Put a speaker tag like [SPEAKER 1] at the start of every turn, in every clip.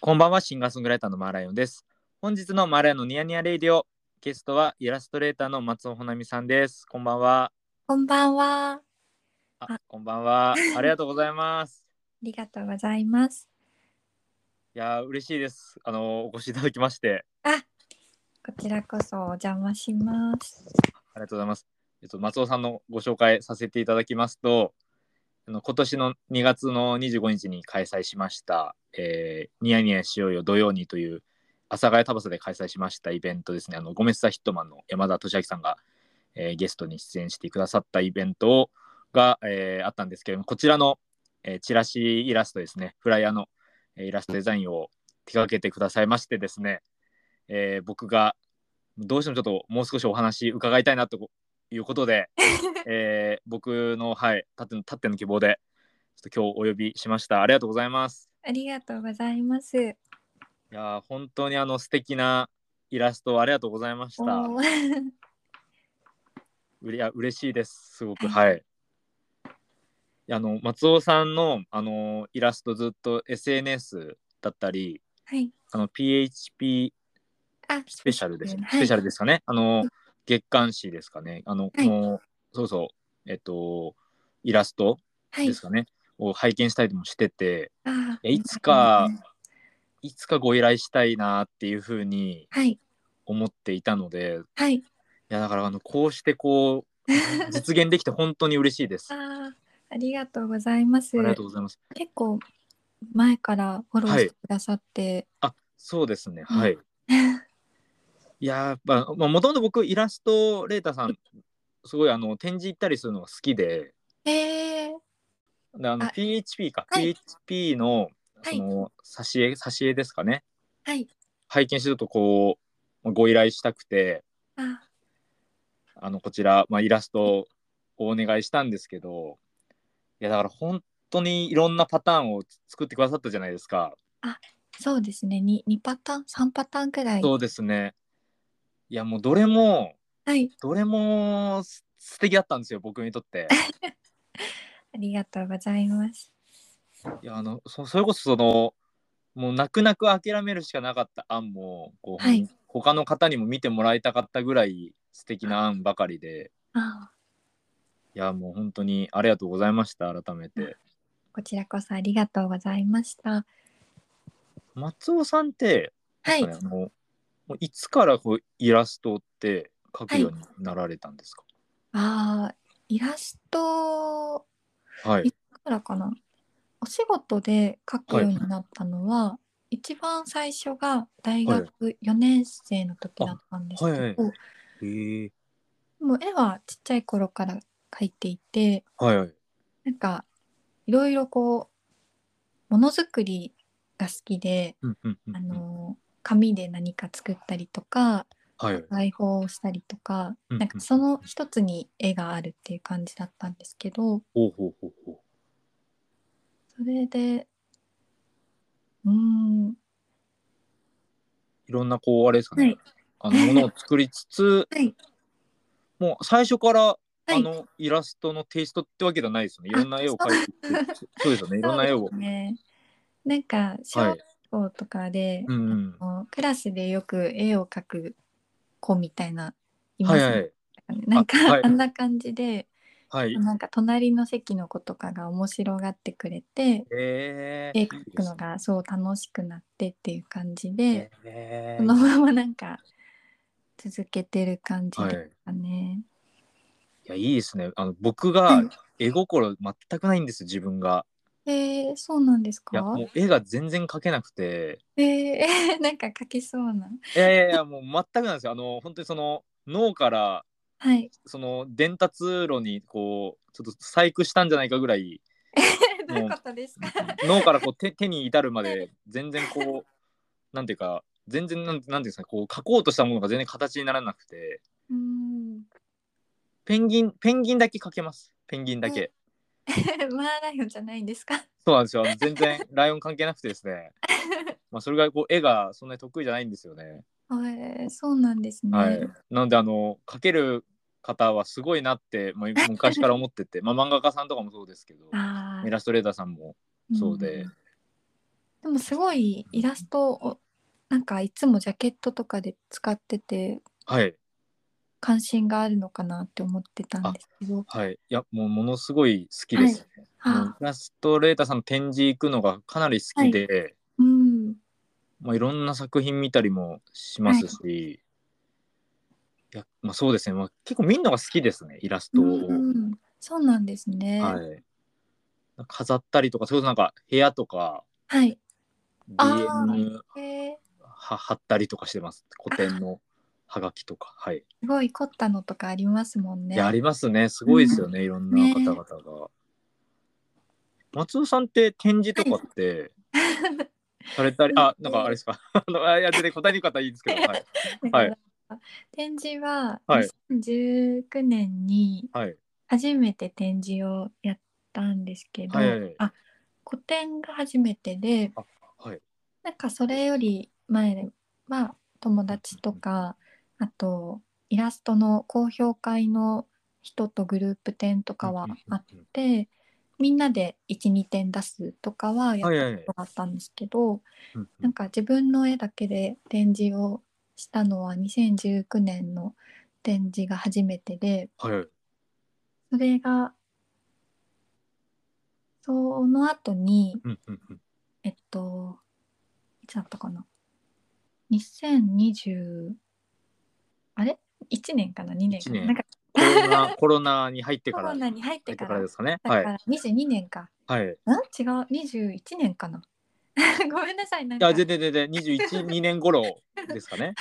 [SPEAKER 1] こんばんは、シンガーソングライターのマーライオンです。本日のマーライオンのニヤニヤレイディオ、ゲストはイラストレーターの松尾ほなみさんです。こんばんは。
[SPEAKER 2] こんばんは。あ
[SPEAKER 1] あ、こんばんは。ありがとうございます。
[SPEAKER 2] りがとうございます。
[SPEAKER 1] いやー、嬉しいです。あのーお越しいただきまして、
[SPEAKER 2] あ、こちらこそお邪魔します。
[SPEAKER 1] ありがとうございます。えっと、松尾さんのご紹介させていただきますと、あの今年の2月の25日に開催しました、えー、ニヤニヤしようよ土曜にという、阿佐ヶ谷タバサで開催しましたイベントですね、あのゴメスタヒットマンの山田俊明さんが、えーゲストに出演してくださったイベントをが、えーあったんですけれども、こちらの、えーチラシイラストですね、フライヤーの、えーイラストデザインを手掛けてくださいましてですね、えー僕がどうしてもちょっともう少しお話伺いたいなということで、えー僕の、はい、たってのたっての希望で、ちょっと今日お呼びしました。ありがとうございます。
[SPEAKER 2] ありがとうございます。
[SPEAKER 1] いやー本当にあの素敵なイラストをありがとうございました。
[SPEAKER 2] おー
[SPEAKER 1] うれいや嬉しいですすごくはい、いやあの松尾さんのあのイラストずっと SNS だったり
[SPEAKER 2] はい。
[SPEAKER 1] あの PHP
[SPEAKER 2] あ、
[SPEAKER 1] スペシャルです、
[SPEAKER 2] はい
[SPEAKER 1] スペシャルですかねあの月刊誌ですかねあの、
[SPEAKER 2] はい
[SPEAKER 1] もうそうそうえっとイラスト
[SPEAKER 2] はい
[SPEAKER 1] です。かね、を拝見したりもしてて
[SPEAKER 2] あ
[SPEAKER 1] いやいつかいつかご依頼したいなっていうふうに
[SPEAKER 2] はい。
[SPEAKER 1] 思っていたのでい
[SPEAKER 2] はい。
[SPEAKER 1] やだからあのこうしてこ う実現できて本当に嬉しいです。あ
[SPEAKER 2] あー、ありがとうございます。
[SPEAKER 1] りがとうございます。
[SPEAKER 2] 結構前からフォローしてくださって、
[SPEAKER 1] そうですね、
[SPEAKER 2] うん
[SPEAKER 1] はい。いやー、まあ、もともと僕、イラストレーターさん、すごいあの展示行ったりするのが好きで、
[SPEAKER 2] えー、
[SPEAKER 1] であの
[SPEAKER 2] あ
[SPEAKER 1] PHP か、
[SPEAKER 2] はい
[SPEAKER 1] PHP の
[SPEAKER 2] はい
[SPEAKER 1] その挿絵、挿絵ですかね、
[SPEAKER 2] はい。
[SPEAKER 1] 拝見してると、こう、ご依頼したくて、
[SPEAKER 2] あ、
[SPEAKER 1] あのこちら、まあ、イラストをお願いしたんですけど、いや、だから本当にいろんなパターンを作ってくださったじゃないですか。
[SPEAKER 2] そうですね。に二パターン、三パターンくらい。
[SPEAKER 1] そうですね。いや、もうどれも、
[SPEAKER 2] はい。
[SPEAKER 1] どれもす素敵だったんですよ、僕にとって。
[SPEAKER 2] ありがとうございます。
[SPEAKER 1] いやあのそそれこそそのもう泣く泣く諦めるしかなかった案もこう、
[SPEAKER 2] はい
[SPEAKER 1] 他の方にも見てもらいたかったぐらい素敵な案ばかりで
[SPEAKER 2] あ
[SPEAKER 1] いやもう本当にありがとうございました改めて
[SPEAKER 2] ー、こちらこそありがとうございました。
[SPEAKER 1] 松尾さんって、
[SPEAKER 2] は
[SPEAKER 1] なん
[SPEAKER 2] い
[SPEAKER 1] か。ねあのもういつからこうイラストって描くようになられたんですか
[SPEAKER 2] ああ、イラス
[SPEAKER 1] は
[SPEAKER 2] ト
[SPEAKER 1] い、
[SPEAKER 2] いからかな。お仕事で描くようになったのは、一番最初が大学4年生の時だったんですけど、
[SPEAKER 1] あはいはいへえ
[SPEAKER 2] もう絵はちっちゃい頃から描いていて、
[SPEAKER 1] はいはい
[SPEAKER 2] なんかいろいろこうものづくりが好きで、
[SPEAKER 1] うんうんうんうん
[SPEAKER 2] あの紙で何か作ったりとか、
[SPEAKER 1] はいはい
[SPEAKER 2] 裁縫をしたりとか、
[SPEAKER 1] うんうん
[SPEAKER 2] なんかその一つに絵があるっていう感じだったんですけど、
[SPEAKER 1] ほうほうほうほう
[SPEAKER 2] それで、うーん、
[SPEAKER 1] いろんなこうあれですかね、
[SPEAKER 2] はい
[SPEAKER 1] あのものを作りつつ
[SPEAKER 2] はい
[SPEAKER 1] もう最初から
[SPEAKER 2] はい
[SPEAKER 1] あのイラストのテイストってわけじゃないですよね。いろんな絵を描いて
[SPEAKER 2] あ
[SPEAKER 1] そそうですよね。いろんな絵
[SPEAKER 2] そ
[SPEAKER 1] を
[SPEAKER 2] うです。ね、なんか小
[SPEAKER 1] はい
[SPEAKER 2] 学。校とかで、
[SPEAKER 1] うんうん。
[SPEAKER 2] あのクラスでよく絵を描く子みたいな、いま
[SPEAKER 1] は
[SPEAKER 2] す
[SPEAKER 1] い
[SPEAKER 2] よ
[SPEAKER 1] は
[SPEAKER 2] ね
[SPEAKER 1] い。
[SPEAKER 2] なんか
[SPEAKER 1] あはい
[SPEAKER 2] あんな感じで、
[SPEAKER 1] はい。
[SPEAKER 2] なんか隣の席の子とかが面白がってくれて、
[SPEAKER 1] えー。
[SPEAKER 2] 絵描くのがそう楽しくなってっていう感じで、
[SPEAKER 1] え
[SPEAKER 2] そのままなんか続けてる感じ
[SPEAKER 1] は
[SPEAKER 2] で
[SPEAKER 1] い。
[SPEAKER 2] すかね。
[SPEAKER 1] いやいいですね。あの僕が
[SPEAKER 2] はい
[SPEAKER 1] 絵心全くないんです自分が。
[SPEAKER 2] えー、そうなんです
[SPEAKER 1] いや
[SPEAKER 2] か
[SPEAKER 1] もう絵が全然描けなくて。
[SPEAKER 2] えー、 なんか描きそうな。
[SPEAKER 1] いやいやいやもう全くなんですよ。あの本当にその脳から
[SPEAKER 2] はい。
[SPEAKER 1] その伝達路にこうちょっと細工したんじゃないかぐらい
[SPEAKER 2] どういうことですか。
[SPEAKER 1] 脳からこう手手に至るまで全然こうなんていうか全然なんなんていうんですかこう書こうとしたものが全然形にならなくて
[SPEAKER 2] うーん。
[SPEAKER 1] ペンギンペンギンだけ書けますペンギンだけ、
[SPEAKER 2] うマーライオンじゃないんですか。
[SPEAKER 1] そうなんですよあの全然ライオン関係なくてですね まあそれがこう絵がそんなに得意じゃないんですよね、
[SPEAKER 2] えー、そうなんですね。
[SPEAKER 1] はいなのであの書ける方はすごいなってもう昔から思っててまあ漫画家さんとかもそうですけど
[SPEAKER 2] ああ
[SPEAKER 1] イ。ラストレーターさんもそうで、
[SPEAKER 2] うんでもすごいイラストをなんかいつもジャケットとかで使ってて
[SPEAKER 1] はい
[SPEAKER 2] 関心があるのかなって思ってたんですけど
[SPEAKER 1] はいいやもうものすごい好きです、ね
[SPEAKER 2] はい
[SPEAKER 1] もうイラストレーターさんの展示行くのがかなり好きで、い
[SPEAKER 2] うん
[SPEAKER 1] まあ、いろんな作品見たりもしますし、いやまあ、そうですね、まあ、結構見るのが好きですねイラストを、
[SPEAKER 2] うんそうなんですねはい、
[SPEAKER 1] はいなんか飾ったりとかそれこそなんか部屋とか
[SPEAKER 2] あ
[SPEAKER 1] DM
[SPEAKER 2] えー
[SPEAKER 1] は貼ったりとかしてます古典のはがきとかはい
[SPEAKER 2] すごい凝ったのとかありますもんね
[SPEAKER 1] いやありますねすごいですよね、いろんな方々が。松尾さんって展示とかってされた り、あなんかあれですか あのあいや全然答えにくかったらいいんですけどはいはい
[SPEAKER 2] だから展示は
[SPEAKER 1] はい
[SPEAKER 2] 2019年に
[SPEAKER 1] はい
[SPEAKER 2] 初めて展示をやったんですけど、
[SPEAKER 1] はいはいはい
[SPEAKER 2] あ個展が初めてで
[SPEAKER 1] はい
[SPEAKER 2] なんかそれより前は友達とかあとイラストの公表会の人とグループ展とかはあっ
[SPEAKER 1] うん
[SPEAKER 2] てみんなで12点出すとかはやっ
[SPEAKER 1] はい
[SPEAKER 2] た
[SPEAKER 1] はいはい
[SPEAKER 2] ことがあったんですけど、
[SPEAKER 1] うんう
[SPEAKER 2] なんんか自分の絵だけで展示をしたのは2019年の展示が初めてで
[SPEAKER 1] はいはい
[SPEAKER 2] それがその後に
[SPEAKER 1] うんうんうん
[SPEAKER 2] えっといつだったかな2020あれ1年かな2年か
[SPEAKER 1] 一
[SPEAKER 2] な
[SPEAKER 1] 年
[SPEAKER 2] なんか
[SPEAKER 1] コロ ナコロナに入って
[SPEAKER 2] コ
[SPEAKER 1] から
[SPEAKER 2] ロ
[SPEAKER 1] 入
[SPEAKER 2] ナに入っ
[SPEAKER 1] ってて
[SPEAKER 2] か
[SPEAKER 1] から
[SPEAKER 2] ら
[SPEAKER 1] ですかね
[SPEAKER 2] だ
[SPEAKER 1] は
[SPEAKER 2] か
[SPEAKER 1] い
[SPEAKER 2] ら22年か、
[SPEAKER 1] はいい
[SPEAKER 2] ん違う21年かな ごめんなさいなんか
[SPEAKER 1] や全然全然21 2年頃ですかね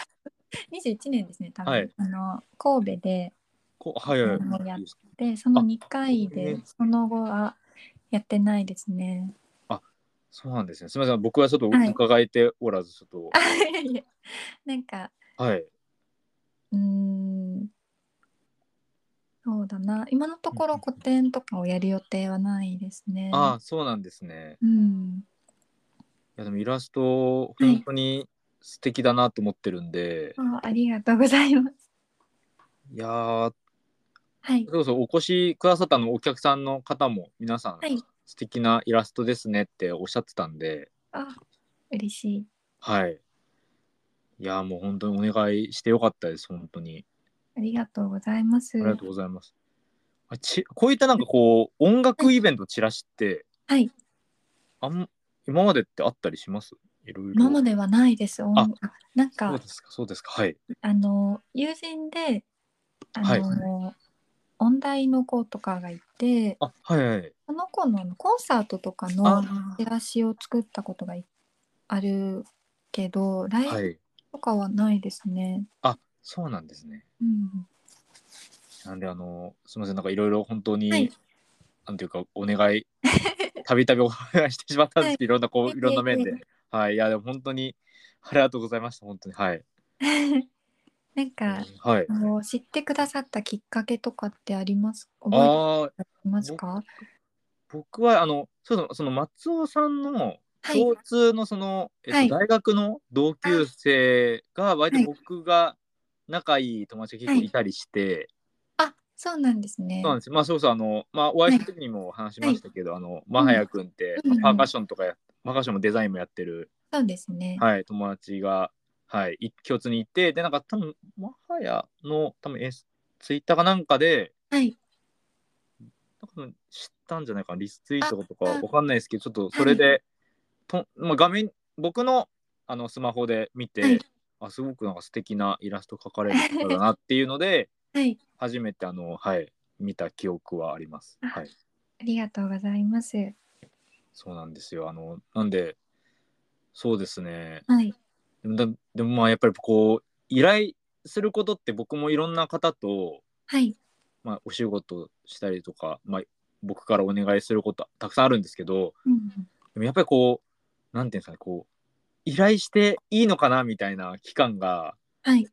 [SPEAKER 2] 21年ですね多分、
[SPEAKER 1] はい
[SPEAKER 2] あの神戸で
[SPEAKER 1] こはいはい
[SPEAKER 2] もうや
[SPEAKER 1] は
[SPEAKER 2] っ
[SPEAKER 1] い
[SPEAKER 2] でその
[SPEAKER 1] あ
[SPEAKER 2] 2回
[SPEAKER 1] へ
[SPEAKER 2] で
[SPEAKER 1] え
[SPEAKER 2] その後はやってないですね。
[SPEAKER 1] そうなんですねすみません僕はちょっと
[SPEAKER 2] はい
[SPEAKER 1] 伺えておらずちょっと
[SPEAKER 2] あいやいやなんか
[SPEAKER 1] はい、
[SPEAKER 2] うーんそうだな今のところ個展とかをやる予定はないですね。
[SPEAKER 1] ああそうなんですね
[SPEAKER 2] うん、
[SPEAKER 1] いやでもイラスト
[SPEAKER 2] はい
[SPEAKER 1] 本当に素敵だなと思ってるんで、
[SPEAKER 2] あありがとうございます。
[SPEAKER 1] い、やー
[SPEAKER 2] はい
[SPEAKER 1] それこそお越しくださったあのお客さんの方も皆さん
[SPEAKER 2] はい
[SPEAKER 1] 素敵なイラストですねっておっしゃってたんで
[SPEAKER 2] あ嬉しい
[SPEAKER 1] はいいやーもう本当にお願いしてよかったです本当に
[SPEAKER 2] ありがとうございます。
[SPEAKER 1] ありがとうございます、あちこういったなんかこう音楽イベントチラシって
[SPEAKER 2] はい
[SPEAKER 1] あん今までってあったりしますいろいろ
[SPEAKER 2] 今まではないです。おん
[SPEAKER 1] あ
[SPEAKER 2] なん
[SPEAKER 1] そう
[SPEAKER 2] か
[SPEAKER 1] ですかそうですかはい
[SPEAKER 2] あの友人であの、
[SPEAKER 1] はい
[SPEAKER 2] 音大の子とかがいて。
[SPEAKER 1] あはいはい
[SPEAKER 2] その子のあのコンサートとかの
[SPEAKER 1] あ
[SPEAKER 2] チラシを作ったことがいあるけど、ライ
[SPEAKER 1] は
[SPEAKER 2] ブ
[SPEAKER 1] い
[SPEAKER 2] とかはないですね。
[SPEAKER 1] そうなんですね
[SPEAKER 2] うん、
[SPEAKER 1] なんであのすみませんなんかいろいろ本当に、
[SPEAKER 2] はい
[SPEAKER 1] なんていうかお願 いたびたびお願いしてしまったんですけど、い、ろんなこういろんな面で
[SPEAKER 2] いえい
[SPEAKER 1] はいいやでも本当にありがとうございました本当にはい、
[SPEAKER 2] なんか、
[SPEAKER 1] はい
[SPEAKER 2] あの知ってくださったきっかけとかってあります
[SPEAKER 1] あ
[SPEAKER 2] 覚
[SPEAKER 1] ー
[SPEAKER 2] えてますか
[SPEAKER 1] 僕はあのそうそうその松尾さんの
[SPEAKER 2] はい
[SPEAKER 1] 共通のその、
[SPEAKER 2] は
[SPEAKER 1] え
[SPEAKER 2] い
[SPEAKER 1] っと、大学の同級生が割
[SPEAKER 2] は
[SPEAKER 1] と
[SPEAKER 2] い
[SPEAKER 1] 僕が仲いい友達が結構いたりして、
[SPEAKER 2] あそうなんですね。
[SPEAKER 1] そうなんですまあそうそうあのまあお会いした時にも話しましたけど、あのマハヤ君って、
[SPEAKER 2] うん
[SPEAKER 1] パーカッションとかやパーカッションもデザインもやってる
[SPEAKER 2] そうですね。
[SPEAKER 1] はい、友達が、はい、い共通にいて、で、なんか多分、マハヤの多分、S、ツイッターかなんかで、
[SPEAKER 2] はい。
[SPEAKER 1] 多分知ったんじゃないかな、リツイートとか
[SPEAKER 2] あうん
[SPEAKER 1] わかんないですけど、ちょっとそれで、とまあ、画面、僕のあのスマホで見て、
[SPEAKER 2] はい
[SPEAKER 1] あ、すごくなんか素敵なイラスト描かれる方だなっていうので、
[SPEAKER 2] はい。
[SPEAKER 1] 初めてあの、はい、見た記憶はあります。
[SPEAKER 2] あ
[SPEAKER 1] はい、
[SPEAKER 2] ありがとうございます。
[SPEAKER 1] そうなんですよ。あの、なんで、そうですね。
[SPEAKER 2] はい。
[SPEAKER 1] でもだでもまあやっぱりこう依頼することって僕もいろんな方と、
[SPEAKER 2] はい。
[SPEAKER 1] まあ、お仕事したりとか、まあ、僕からお願いすることたくさんあるんですけど
[SPEAKER 2] うん、
[SPEAKER 1] でもやっぱりこうなんていうんですかねこう依頼していいのかなみたいな期間が
[SPEAKER 2] はい。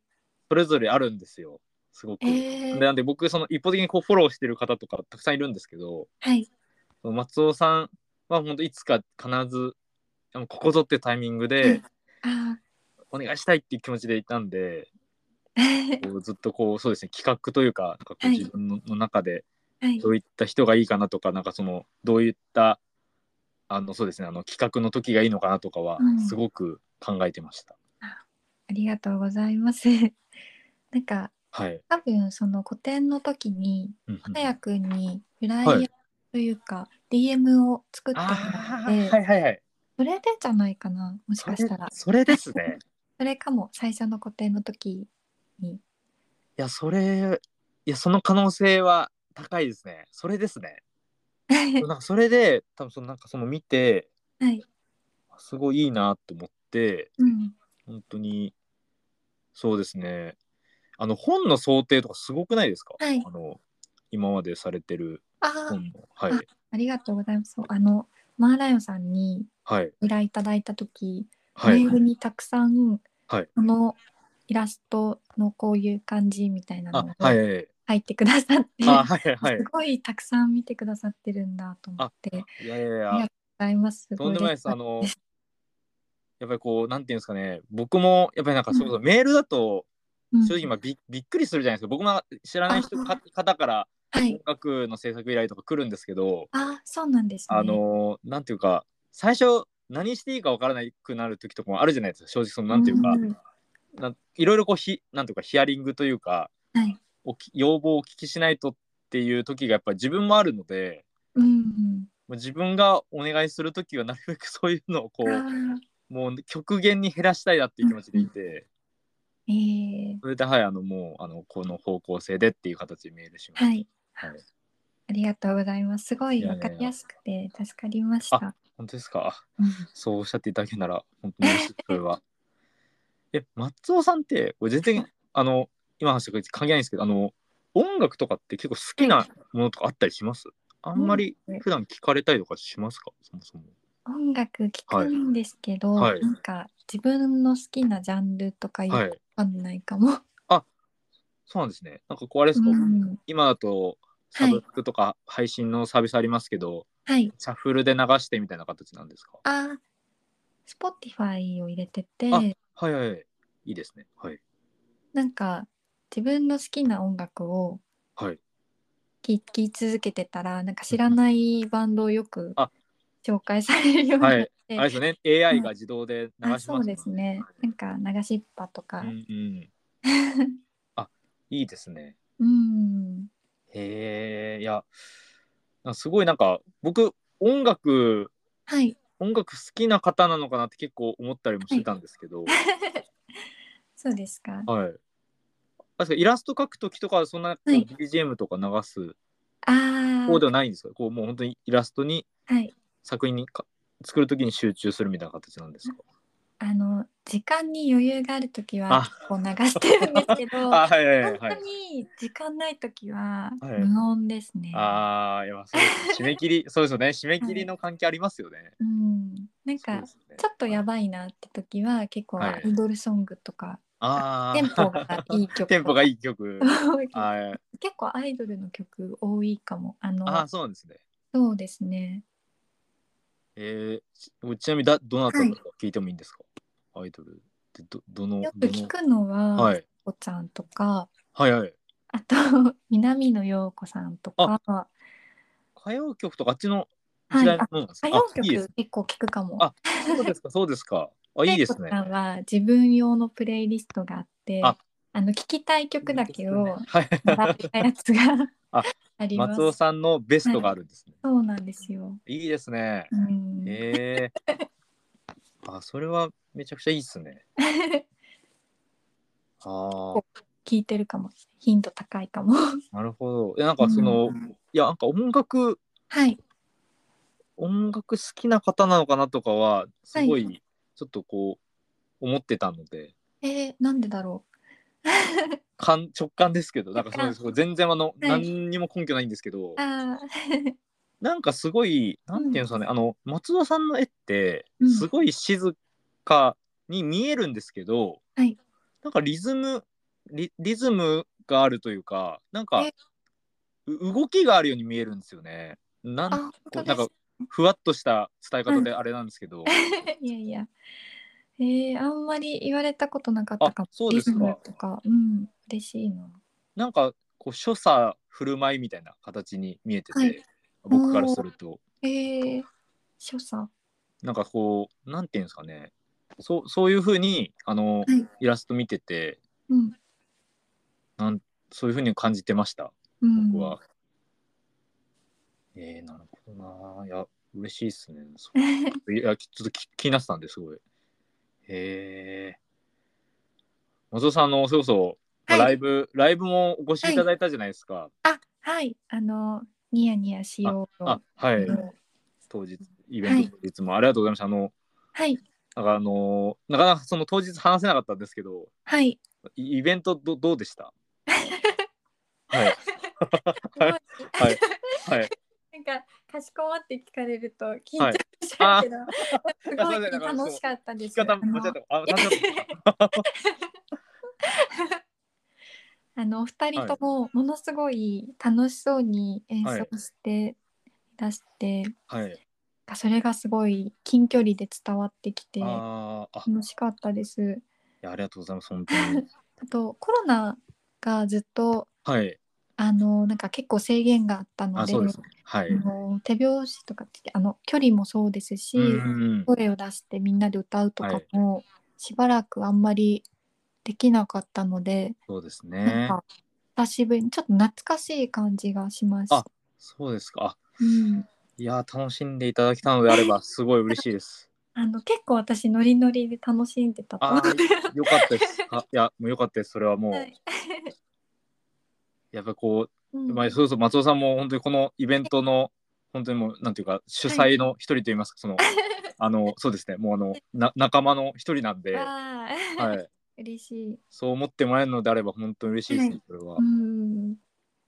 [SPEAKER 1] それぞれあるんですよすごく。で
[SPEAKER 2] えー、
[SPEAKER 1] なんで僕その一方的にこうフォローしてる方とかたくさんいるんですけど
[SPEAKER 2] はい。
[SPEAKER 1] その松尾さんは本当いつか必ずあのここぞってタイミング
[SPEAKER 2] うん
[SPEAKER 1] で
[SPEAKER 2] あ
[SPEAKER 1] お願いしたいっていう気持ちでいたんで。
[SPEAKER 2] ー
[SPEAKER 1] こうずっとこうそうですね企画というかなんかこう
[SPEAKER 2] はい
[SPEAKER 1] 自分のの中で
[SPEAKER 2] はい
[SPEAKER 1] ど。ういった人がいいかなとか、なんかそのどういったあのそうですねあの企画の時がいいのかなとかは
[SPEAKER 2] うん
[SPEAKER 1] すごく考えてました。
[SPEAKER 2] ありがとうございます。 なんか
[SPEAKER 1] はい。
[SPEAKER 2] 多分その個展の時に
[SPEAKER 1] うんうん
[SPEAKER 2] 花屋くんにフライヤ
[SPEAKER 1] はい
[SPEAKER 2] ーというか DM を作っても
[SPEAKER 1] あ
[SPEAKER 2] ら
[SPEAKER 1] ー
[SPEAKER 2] って、
[SPEAKER 1] はいはいはい。
[SPEAKER 2] それでじゃないかなもし
[SPEAKER 1] そ
[SPEAKER 2] か
[SPEAKER 1] れ
[SPEAKER 2] したら
[SPEAKER 1] それですね。
[SPEAKER 2] それかも最初の個展の時に
[SPEAKER 1] いやそれいやその可能性は高いですね。それですね。なんかそれで多分そのなんかその見て
[SPEAKER 2] はい、
[SPEAKER 1] すごいいいなと思って
[SPEAKER 2] うん、
[SPEAKER 1] 本当にそうですね。あの本の想定とかすごくないですか？
[SPEAKER 2] はい
[SPEAKER 1] あの今までされてる
[SPEAKER 2] あー
[SPEAKER 1] 本のはい
[SPEAKER 2] あありがとうございますそうあのマーライオンさんに
[SPEAKER 1] はい
[SPEAKER 2] 依頼いただいた時、
[SPEAKER 1] はい
[SPEAKER 2] メールにたくさん、
[SPEAKER 1] はい
[SPEAKER 2] このイラストのこういう感じみたいな
[SPEAKER 1] あ
[SPEAKER 2] のを
[SPEAKER 1] はい
[SPEAKER 2] 入
[SPEAKER 1] はいはい
[SPEAKER 2] ってくださって、
[SPEAKER 1] あはいはい
[SPEAKER 2] すごいたくさん見てくださってるんだと思って
[SPEAKER 1] いやいやい
[SPEAKER 2] ありがとうござい
[SPEAKER 1] や
[SPEAKER 2] ますございます。す
[SPEAKER 1] とん
[SPEAKER 2] ごい
[SPEAKER 1] でもないです。
[SPEAKER 2] 嬉
[SPEAKER 1] あ
[SPEAKER 2] しかっ
[SPEAKER 1] の、やっぱりこう、なんていうんですかね、僕も、やっぱりなんか、そうそうメールだと、
[SPEAKER 2] た
[SPEAKER 1] 正直、まあび、びっくりするじゃないですか。僕も知らない人か方から、
[SPEAKER 2] うん、はい
[SPEAKER 1] 音。楽の制作依頼とか来るんですけど、
[SPEAKER 2] あ、そうなんですね。
[SPEAKER 1] あの、なんていうか、最初、何していいかわからなくなる時とかもあるじゃないですか。正直、その、なんていうか、
[SPEAKER 2] うん
[SPEAKER 1] ないろいろこう、ひ、なんていうか、ヒアリングというか、
[SPEAKER 2] はい。
[SPEAKER 1] おき要望をお聞きしないとっていう時が、やっぱり自分もあるので、
[SPEAKER 2] うんうん。
[SPEAKER 1] もう自分がお願いする時は、なるべく そういうのをこ
[SPEAKER 2] あ
[SPEAKER 1] う、
[SPEAKER 2] ー
[SPEAKER 1] もう極限に減らしたいなっていう気持ちでいて、
[SPEAKER 2] えー、
[SPEAKER 1] それではいあのもうあのこの方向性でっていう形でメールしました。
[SPEAKER 2] はい。
[SPEAKER 1] はい
[SPEAKER 2] ありがとうございます。すご
[SPEAKER 1] い
[SPEAKER 2] い
[SPEAKER 1] やいや
[SPEAKER 2] わ
[SPEAKER 1] いや
[SPEAKER 2] かりやすくて助かりました。
[SPEAKER 1] 本当ですか
[SPEAKER 2] うん
[SPEAKER 1] そうおっしゃっていただけるなら本当に嬉しいそれは。 え松尾さんってこれ全然あの今の話と関係ないんですけどあの音楽とかって結構好きなものとかあったりしますあんまり普段聞かれたりとかしますかそもそも。
[SPEAKER 2] 音楽聞くんですけど、
[SPEAKER 1] はいはい
[SPEAKER 2] なんか自分の好きなジャンルとかよく
[SPEAKER 1] は
[SPEAKER 2] わ
[SPEAKER 1] い。
[SPEAKER 2] かんないかも。
[SPEAKER 1] そうなんですね。なんかこうあれですか、
[SPEAKER 2] うん、
[SPEAKER 1] 今だとサブスクとか配信のサービスありますけど、
[SPEAKER 2] はい。
[SPEAKER 1] シャッフルで流してみたいな形なんですか
[SPEAKER 2] あ、Spotify を入れて
[SPEAKER 1] あ
[SPEAKER 2] て、
[SPEAKER 1] はいはいはい。いいですね。はい。
[SPEAKER 2] なんか自分の好きな音楽を
[SPEAKER 1] はい。
[SPEAKER 2] 聴き聴き続けてたら、なんか知らないバンドをよく
[SPEAKER 1] あ
[SPEAKER 2] 紹介されるように
[SPEAKER 1] は
[SPEAKER 2] なっ
[SPEAKER 1] い
[SPEAKER 2] て、
[SPEAKER 1] あれですよね。AI が自動で流し
[SPEAKER 2] あ、
[SPEAKER 1] ます
[SPEAKER 2] そうですね。なんか流しっぱと
[SPEAKER 1] う
[SPEAKER 2] か、
[SPEAKER 1] んうん。いいですね。
[SPEAKER 2] うん、
[SPEAKER 1] へえ、いや、なんかすごいなんか、僕、音楽、
[SPEAKER 2] はい。
[SPEAKER 1] 音楽好きな方なのかなって結構思ったりもしてたんですけど、
[SPEAKER 2] そうですか。
[SPEAKER 1] はい。確かイラスト描くときとかはそんなこう
[SPEAKER 2] はい
[SPEAKER 1] BGM とか流す
[SPEAKER 2] ああ
[SPEAKER 1] 方、ではないんですか、こうもう本当にイラストに
[SPEAKER 2] はい。
[SPEAKER 1] 作品にか作るときに集中するみたいな形なんですか、
[SPEAKER 2] あの時間に余裕があるときは
[SPEAKER 1] あ
[SPEAKER 2] こう流してるんですけど、
[SPEAKER 1] あはいはいは
[SPEAKER 2] 本
[SPEAKER 1] いは
[SPEAKER 2] 当
[SPEAKER 1] い。
[SPEAKER 2] に時間ないときは
[SPEAKER 1] はい
[SPEAKER 2] 無音ですね。
[SPEAKER 1] ああ、いや、そうですね締め切り、そうですよね。締め切りの関係ありますよね。
[SPEAKER 2] うん、なん
[SPEAKER 1] そう
[SPEAKER 2] か
[SPEAKER 1] ですね
[SPEAKER 2] ちょっとやばいなってときは結構
[SPEAKER 1] はい
[SPEAKER 2] アイドルソングとか、
[SPEAKER 1] ああ、
[SPEAKER 2] テンポがいい 曲
[SPEAKER 1] テン ポがいい曲。はい。
[SPEAKER 2] 結構アイドルの曲多いかも。あ
[SPEAKER 1] ああ、
[SPEAKER 2] の
[SPEAKER 1] そうなんですね。
[SPEAKER 2] そうですね。
[SPEAKER 1] えーち、ちなみにだ、どなたのか聞いてもいいんですか、アイドルってど、どの、
[SPEAKER 2] よく
[SPEAKER 1] どの
[SPEAKER 2] 聞くのは、
[SPEAKER 1] はい。
[SPEAKER 2] おちゃんとか
[SPEAKER 1] はいはい。
[SPEAKER 2] あと 南野陽子さんとか。
[SPEAKER 1] 歌謡曲とかあっちの
[SPEAKER 2] は
[SPEAKER 1] 時代
[SPEAKER 2] い、
[SPEAKER 1] の
[SPEAKER 2] あ
[SPEAKER 1] ものなんです
[SPEAKER 2] 歌
[SPEAKER 1] か、
[SPEAKER 2] 謡
[SPEAKER 1] あ、いいです
[SPEAKER 2] 曲。結構聞くかも。
[SPEAKER 1] あそうですか、そうですか。あ、いいですね
[SPEAKER 2] 聖子。さんは自分用のプレイリストがあって、
[SPEAKER 1] あ
[SPEAKER 2] あの聞きたい曲だ
[SPEAKER 1] い
[SPEAKER 2] け
[SPEAKER 1] い
[SPEAKER 2] を
[SPEAKER 1] ですねはい。
[SPEAKER 2] 並べたやつが
[SPEAKER 1] あ
[SPEAKER 2] あります。
[SPEAKER 1] 松尾さんのベストがあるんですね。
[SPEAKER 2] そうなんですよ。
[SPEAKER 1] いいですね。
[SPEAKER 2] うん、
[SPEAKER 1] ええあ、それはめちゃくちゃいいっすね。ああ、
[SPEAKER 2] 聞いてるかも。頻度高いかも。
[SPEAKER 1] なるほど。え、なんかその、
[SPEAKER 2] う
[SPEAKER 1] いや、なんか音楽、
[SPEAKER 2] はい。
[SPEAKER 1] 音楽好きな方なのかなとかは、すご、
[SPEAKER 2] はい
[SPEAKER 1] ちょっとこう、思ってたので、
[SPEAKER 2] えー、なんでだろ
[SPEAKER 1] 感直感ですけど、なんかそ
[SPEAKER 2] 直
[SPEAKER 1] の
[SPEAKER 2] 感
[SPEAKER 1] そこ全然あの、
[SPEAKER 2] い
[SPEAKER 1] 何にも根拠ないんですけど
[SPEAKER 2] う。、ああ、
[SPEAKER 1] なんかすごい、なんていうんですかね、あの、松尾さんの絵って
[SPEAKER 2] う、ん
[SPEAKER 1] すごい静かに見えるんですけど、
[SPEAKER 2] はい
[SPEAKER 1] なんかリズムリ、リズムがあるというか、なんか
[SPEAKER 2] え、
[SPEAKER 1] う動きがあるように見えるんですよね。なん
[SPEAKER 2] あ、
[SPEAKER 1] こうな
[SPEAKER 2] 本当
[SPEAKER 1] ん
[SPEAKER 2] で
[SPEAKER 1] か
[SPEAKER 2] す。
[SPEAKER 1] ふわっとした伝え方であれなんですけど、
[SPEAKER 2] いやいや。えー、あんまり言われたことなかったかも
[SPEAKER 1] あ。そうですか
[SPEAKER 2] リズムとか、うん、嬉しいな。
[SPEAKER 1] なんかこう所作振る舞いみたいな形に見えてて、
[SPEAKER 2] はい
[SPEAKER 1] 僕からすると
[SPEAKER 2] えー、所作
[SPEAKER 1] なんかこうなんていうんですかねそうそういうふうにあの、
[SPEAKER 2] い
[SPEAKER 1] イラスト見てて
[SPEAKER 2] うん、
[SPEAKER 1] なんそういうふうに感じてました
[SPEAKER 2] うん、
[SPEAKER 1] 僕は。えー、なるほどな。いや、嬉しいっすね。そういや、ちょっとき気になってたんですごい。へえ。松尾さん、あの、それこそ、まあ
[SPEAKER 2] はい
[SPEAKER 1] ライブ、ライブもお越しいただいたじゃないですか。
[SPEAKER 2] あ はいあのニヤニヤしよう
[SPEAKER 1] あ、はい。
[SPEAKER 2] の
[SPEAKER 1] 当日、イベント当日も、ありがとうございました。あの、
[SPEAKER 2] はい
[SPEAKER 1] なんかあの、なかなかその当日話せなかったんですけど、
[SPEAKER 2] はい
[SPEAKER 1] イイベントどどうでした はい。
[SPEAKER 2] は
[SPEAKER 1] はいいはい。はい。
[SPEAKER 2] なんかかしこまって聞かれると緊張しちゃうけど、
[SPEAKER 1] あ
[SPEAKER 2] すごい楽しかったで
[SPEAKER 1] 聞き
[SPEAKER 2] す。
[SPEAKER 1] 方
[SPEAKER 2] あの
[SPEAKER 1] 間違った。あ、間違った。
[SPEAKER 2] あのお二人ともものすごい楽しそうに演奏して出して、
[SPEAKER 1] はい。
[SPEAKER 2] それがすごい近距離で伝わってきて楽
[SPEAKER 1] あーあ、
[SPEAKER 2] しかったです。
[SPEAKER 1] いやありがとうございます、本当に。
[SPEAKER 2] あとコロナがずっと
[SPEAKER 1] はい。
[SPEAKER 2] あのなんか結構制限があったの
[SPEAKER 1] あ、
[SPEAKER 2] で
[SPEAKER 1] そうですね。はい。
[SPEAKER 2] あの手拍子とかってあの距離もそうですし、
[SPEAKER 1] うん。
[SPEAKER 2] 声を出してみんなで歌うとかも、しばらくあんまりできなかったので、
[SPEAKER 1] そうです
[SPEAKER 2] なん
[SPEAKER 1] ね。
[SPEAKER 2] か久しぶりにちょっと懐かしい感じがしました
[SPEAKER 1] あ。そうですか。あ
[SPEAKER 2] うん、
[SPEAKER 1] いやー、楽しんでいただけたのであれば、すごい嬉しいです。
[SPEAKER 2] あの結構私ノリノリで楽しんでたと思
[SPEAKER 1] あ
[SPEAKER 2] う。
[SPEAKER 1] あ、よかったです。あ、いや、もうよかったです。それはもう、
[SPEAKER 2] はい
[SPEAKER 1] やっぱこ う、
[SPEAKER 2] うん
[SPEAKER 1] ま あ、そうそう、松尾さんも本当にこのイベントの。本当にもう、なんていうか、主催の一人と言いますか、 その、あの、そうですね。もう、あの、な、仲間の一人なんで。は
[SPEAKER 2] あー
[SPEAKER 1] い。
[SPEAKER 2] 嬉しい。
[SPEAKER 1] そう思ってもらえるのであれば、本当に嬉しいです
[SPEAKER 2] はい
[SPEAKER 1] ね。それは
[SPEAKER 2] う。ん、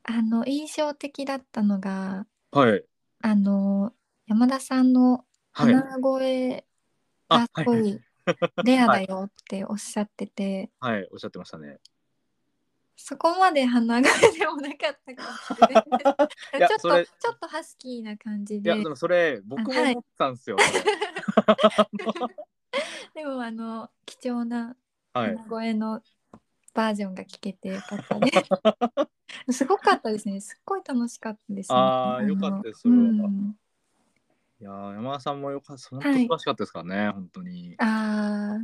[SPEAKER 2] あの印象的だったのが
[SPEAKER 1] はい。
[SPEAKER 2] あの山田さんの
[SPEAKER 1] はい。
[SPEAKER 2] 鼻声が
[SPEAKER 1] あ
[SPEAKER 2] すごいレアだよっておっしゃってて、
[SPEAKER 1] はい、おっしゃってました ね。
[SPEAKER 2] そこまで鼻声でもなかったかもしれ
[SPEAKER 1] い
[SPEAKER 2] な
[SPEAKER 1] や
[SPEAKER 2] いちょっと
[SPEAKER 1] それ
[SPEAKER 2] ちょっとハスキーな感じ
[SPEAKER 1] いや、
[SPEAKER 2] で
[SPEAKER 1] でもそれ、僕も
[SPEAKER 2] あはい
[SPEAKER 1] 思ってたんですよ。それ
[SPEAKER 2] でもあの貴重な
[SPEAKER 1] はい。
[SPEAKER 2] 鼻声のバージョンが聞けてよかっ たですすごかったですねすっごい楽しかったですね
[SPEAKER 1] あーよかったです
[SPEAKER 2] あ
[SPEAKER 1] そ
[SPEAKER 2] の
[SPEAKER 1] れは
[SPEAKER 2] うん
[SPEAKER 1] いやー、山田さんもよかった。本当素晴らしかったですからね、本当に。い
[SPEAKER 2] あ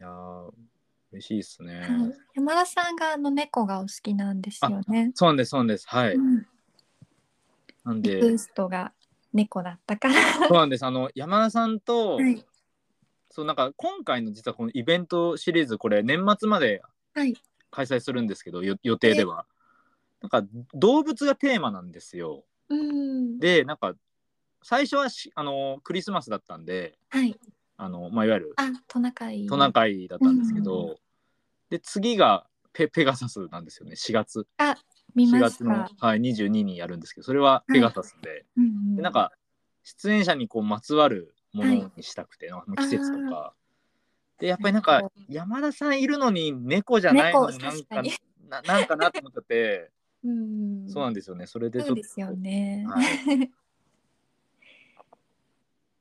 [SPEAKER 2] ー
[SPEAKER 1] やー、嬉しいですね。
[SPEAKER 2] はい、山田さんがあの猫がお好きなんですよね。
[SPEAKER 1] そうなんです、そうなんです。はい。
[SPEAKER 2] うん
[SPEAKER 1] なん
[SPEAKER 2] リ
[SPEAKER 1] で、
[SPEAKER 2] クエストが猫だったから。
[SPEAKER 1] そうなんです。あの、山田さんと、
[SPEAKER 2] はい、
[SPEAKER 1] そう、なんか、今回の実はこのイベントシリーズ、これ、年末まで
[SPEAKER 2] はい、
[SPEAKER 1] 開催するんですけど、よ予定では。なんか、動物がテーマなんですよ。
[SPEAKER 2] うん、
[SPEAKER 1] で、なんか、最初はし、あの、クリスマスだったんで、
[SPEAKER 2] はい、
[SPEAKER 1] あの、まあ、いわゆる、
[SPEAKER 2] あ、トナカイ。
[SPEAKER 1] トナカイだったんですけ
[SPEAKER 2] うん
[SPEAKER 1] ど、で次がペペガサスなんですよね4月
[SPEAKER 2] 見
[SPEAKER 1] 4
[SPEAKER 2] まし
[SPEAKER 1] 月
[SPEAKER 2] た。
[SPEAKER 1] の、はい、22にやるんですけどそれはペガサスで,、
[SPEAKER 2] うんうん、
[SPEAKER 1] でなんか出演者にこうまつわるものにしたくて、なんか季節とかでやっぱりなん
[SPEAKER 2] なる
[SPEAKER 1] か
[SPEAKER 2] ほ
[SPEAKER 1] 山田さんいるのに猫じゃないのも
[SPEAKER 2] 猫
[SPEAKER 1] なん
[SPEAKER 2] 確
[SPEAKER 1] か
[SPEAKER 2] かに
[SPEAKER 1] ななんかなと思ってて、
[SPEAKER 2] うん、
[SPEAKER 1] そうなん
[SPEAKER 2] ん
[SPEAKER 1] ですよねそれで
[SPEAKER 2] で
[SPEAKER 1] ち
[SPEAKER 2] す。
[SPEAKER 1] ょっと
[SPEAKER 2] ですよね。
[SPEAKER 1] はい、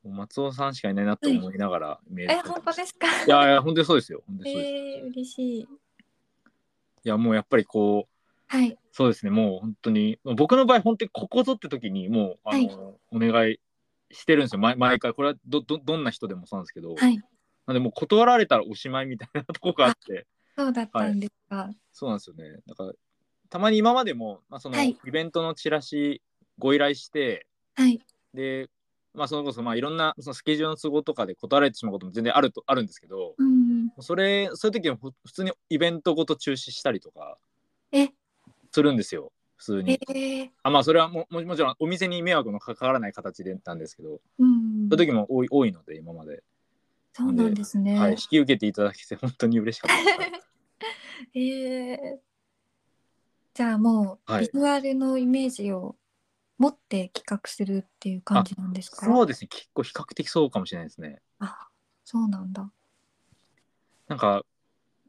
[SPEAKER 1] もう松尾さんしかいないなと思いながらメール
[SPEAKER 2] え、
[SPEAKER 1] してま
[SPEAKER 2] 本
[SPEAKER 1] し
[SPEAKER 2] 当
[SPEAKER 1] た
[SPEAKER 2] ですか。
[SPEAKER 1] いやいや本当にそうですよ本当
[SPEAKER 2] え
[SPEAKER 1] にそうです、
[SPEAKER 2] ー、嬉しい。
[SPEAKER 1] いやもうやっぱりこう
[SPEAKER 2] はい、
[SPEAKER 1] そうですね、もう本当に、僕の場合、本当にここぞって時に、もう、あの、お願いしてるんですよ、毎毎回。これはど、ど、どんな人でもそうなんですけど、
[SPEAKER 2] はい、
[SPEAKER 1] なんで、もう断られたらおしまいみたいなとこがあって、
[SPEAKER 2] そうだったんですか。
[SPEAKER 1] そうなんですよね。だから、たまに今までも、まあ、その、
[SPEAKER 2] はい
[SPEAKER 1] イベントのチラシご依頼して、
[SPEAKER 2] はい、
[SPEAKER 1] で、まあ、それこそ、まあ、いろんな、そのスケジュールの都合とかで断られてしまうことも全然あると、あるんですけど、
[SPEAKER 2] うん、
[SPEAKER 1] それ、そういう時はほ普通にイベントごと中止したりとか
[SPEAKER 2] え、
[SPEAKER 1] するんですよ、普通
[SPEAKER 2] え
[SPEAKER 1] に。
[SPEAKER 2] ー、
[SPEAKER 1] あまあそれはもももちろんお店に迷惑のかからない形でなんですけど、
[SPEAKER 2] う
[SPEAKER 1] そ
[SPEAKER 2] ん
[SPEAKER 1] うい、う時も多い多いので今まで、
[SPEAKER 2] そうなんですね。
[SPEAKER 1] はい、引き受けていただきて本当に嬉しかったです。
[SPEAKER 2] えー、じゃあもう、
[SPEAKER 1] はい
[SPEAKER 2] ビジュアルのイメージを持って企画するっていう感じなんです か
[SPEAKER 1] そう
[SPEAKER 2] う
[SPEAKER 1] ですね結構比較的そうかもしれないですね。
[SPEAKER 2] あそうなんだ。
[SPEAKER 1] なんか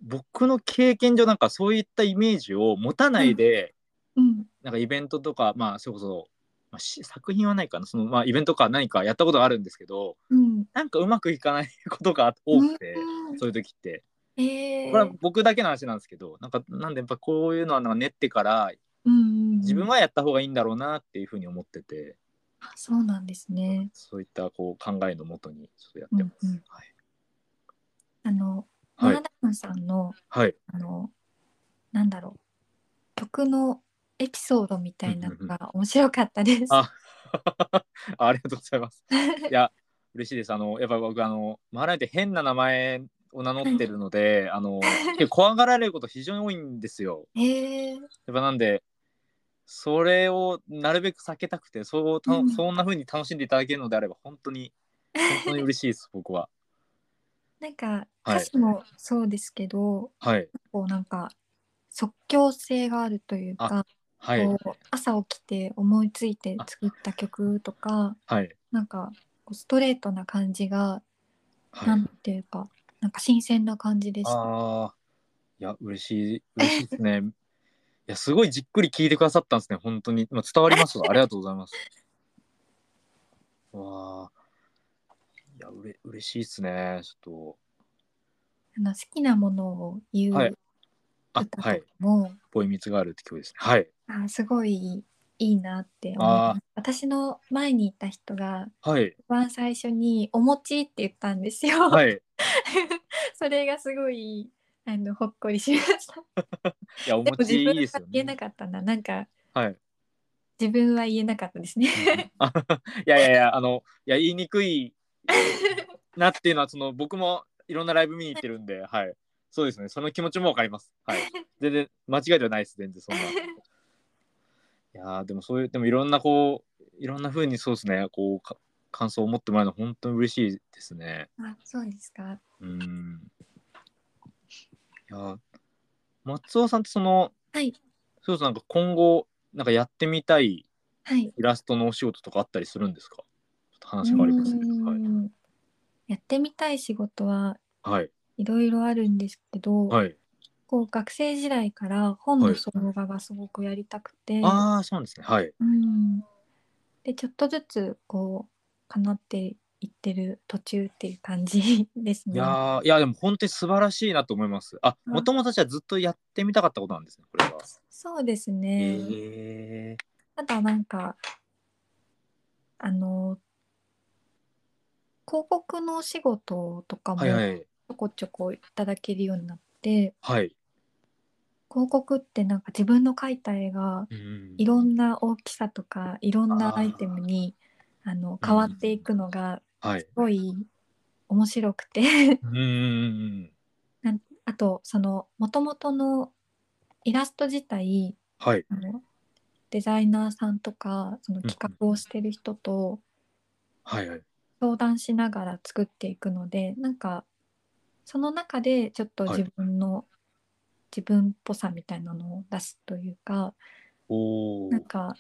[SPEAKER 1] 僕の経験上なんかそういったイメージを持たないで、
[SPEAKER 2] うん。
[SPEAKER 1] なんかイベントとかまあそれこそ、まあ、し作品はないかなその、まあ、イベントか何かやったことがあるんですけど
[SPEAKER 2] うん。
[SPEAKER 1] なんかうまくいかないことが多くて、
[SPEAKER 2] うん
[SPEAKER 1] そういう時って。
[SPEAKER 2] えー、
[SPEAKER 1] これは僕だけの話なんですけどなんかなんでやっぱこういうのはなんか練ってから
[SPEAKER 2] うんうんうん
[SPEAKER 1] 自分はやった方がいいんだろうなっていうふうに思ってて、
[SPEAKER 2] あそうなんですね。
[SPEAKER 1] そういったこう考えのもとにちょっとやってます。
[SPEAKER 2] うんうん
[SPEAKER 1] はい
[SPEAKER 2] あの、
[SPEAKER 1] はい
[SPEAKER 2] ナーダムさんの、
[SPEAKER 1] はい。
[SPEAKER 2] あの、なんだろう、曲のエピソードみたいなのが面白かったです。
[SPEAKER 1] あありがとうございます。いや、嬉しいです。あの、やっぱ僕、あの、マーライオンって変な名前を名乗ってるの で、あの、結構怖がられること非常に多いんですよ。
[SPEAKER 2] へえ
[SPEAKER 1] やっぱなんで、それをなるべく避けたくて、そうた
[SPEAKER 2] うん
[SPEAKER 1] そんな風に楽しんでいただけるのであれば、本当に、本当に嬉しいです、僕は。
[SPEAKER 2] なんか
[SPEAKER 1] はい
[SPEAKER 2] 歌詞もそうですけど、
[SPEAKER 1] はい。
[SPEAKER 2] こうなんか即興性があるというか、
[SPEAKER 1] はい。
[SPEAKER 2] こう朝起きて思いついて作った曲とか、
[SPEAKER 1] はい。
[SPEAKER 2] なんかこうストレートな感じが、な
[SPEAKER 1] は
[SPEAKER 2] ん
[SPEAKER 1] い、
[SPEAKER 2] ていうか、なんか新鮮な感じでした。
[SPEAKER 1] ああ、いや、嬉しい、嬉しい ですね。いや、すごいじっくり聞いてくださったんですね、本当に。まあ、伝わりますわ。ありがとうございます。わあ。いや、うれ、嬉しいですね。ちょ
[SPEAKER 2] あの好きなものを言う
[SPEAKER 1] は
[SPEAKER 2] 歌
[SPEAKER 1] いっと。
[SPEAKER 2] と
[SPEAKER 1] あ、は
[SPEAKER 2] か
[SPEAKER 1] い。
[SPEAKER 2] も、
[SPEAKER 1] ボイミツガールって曲ですね。はい。
[SPEAKER 2] あすごいいいなって思い
[SPEAKER 1] あ
[SPEAKER 2] ます私の前にいた人が
[SPEAKER 1] はい。
[SPEAKER 2] 一番最初に「お餅」って言ったんですよ。
[SPEAKER 1] はい。い
[SPEAKER 2] それがすごいあのほっこりしました。
[SPEAKER 1] や、お
[SPEAKER 2] でも自
[SPEAKER 1] 餅いい
[SPEAKER 2] 分
[SPEAKER 1] です
[SPEAKER 2] は
[SPEAKER 1] よ
[SPEAKER 2] 言えな
[SPEAKER 1] ね。
[SPEAKER 2] かったな、なんか
[SPEAKER 1] はい。
[SPEAKER 2] 自分は言えなかったですね。
[SPEAKER 1] あ いやいやいや、あの、いや、言いにくいなっていうのは、その、僕もいろんなライブ見に行ってるんで、はい。そうですね。その気持ちもわかります。はい。全然、間違いではないです。全然、そんな。いやーでもそういう、でもいろんな、こう、いろんな風に、そうですね、こう、か感想を持ってもらえるの、本当に嬉しいですね。
[SPEAKER 2] あそうですか。
[SPEAKER 1] うん。いやー松尾さんって、その、
[SPEAKER 2] はい
[SPEAKER 1] そうそう、なんか今後、なんかやってみたい
[SPEAKER 2] はい。
[SPEAKER 1] イラストのお仕事とかあったりするんですかちょっと話変わりますけど。は
[SPEAKER 2] う
[SPEAKER 1] い。
[SPEAKER 2] んやってみたい仕事は
[SPEAKER 1] はい。
[SPEAKER 2] いろいろあるんですけど、
[SPEAKER 1] はい。
[SPEAKER 2] こう学生時代から本の総画がすごくやりたくて、
[SPEAKER 1] ああ、そうなんですね。はい。
[SPEAKER 2] うん、でちょっとずつこうかなっていってる途中っていう感じ です
[SPEAKER 1] い
[SPEAKER 2] ね。
[SPEAKER 1] やーいや、でも本当に素晴らしいなと思います。あ、
[SPEAKER 2] うん
[SPEAKER 1] もともとじゃあずっとやってみたかったことなんですね、これは。
[SPEAKER 2] そうです
[SPEAKER 1] へ
[SPEAKER 2] ね、
[SPEAKER 1] え
[SPEAKER 2] ただなんかあの広告のお仕事とかも
[SPEAKER 1] はいは
[SPEAKER 2] ち
[SPEAKER 1] い。
[SPEAKER 2] ょこちょこいただけるようになって、
[SPEAKER 1] はい。
[SPEAKER 2] 広告ってなんか自分の描いた絵が
[SPEAKER 1] うん
[SPEAKER 2] いろんな大きさとかいろんなアイテムにあの変わっていくのが
[SPEAKER 1] はい。
[SPEAKER 2] すごい面白くて
[SPEAKER 1] うんうんうん。
[SPEAKER 2] あとそのもともとのイラスト自体
[SPEAKER 1] はい。
[SPEAKER 2] あのデザイナーさんとかその企画をしてる人と
[SPEAKER 1] はいはい。
[SPEAKER 2] 相談しながら作っていくのでなんかその中でちょっと自分の、自分っぽさみたいなのを出すというか
[SPEAKER 1] おお
[SPEAKER 2] なん。か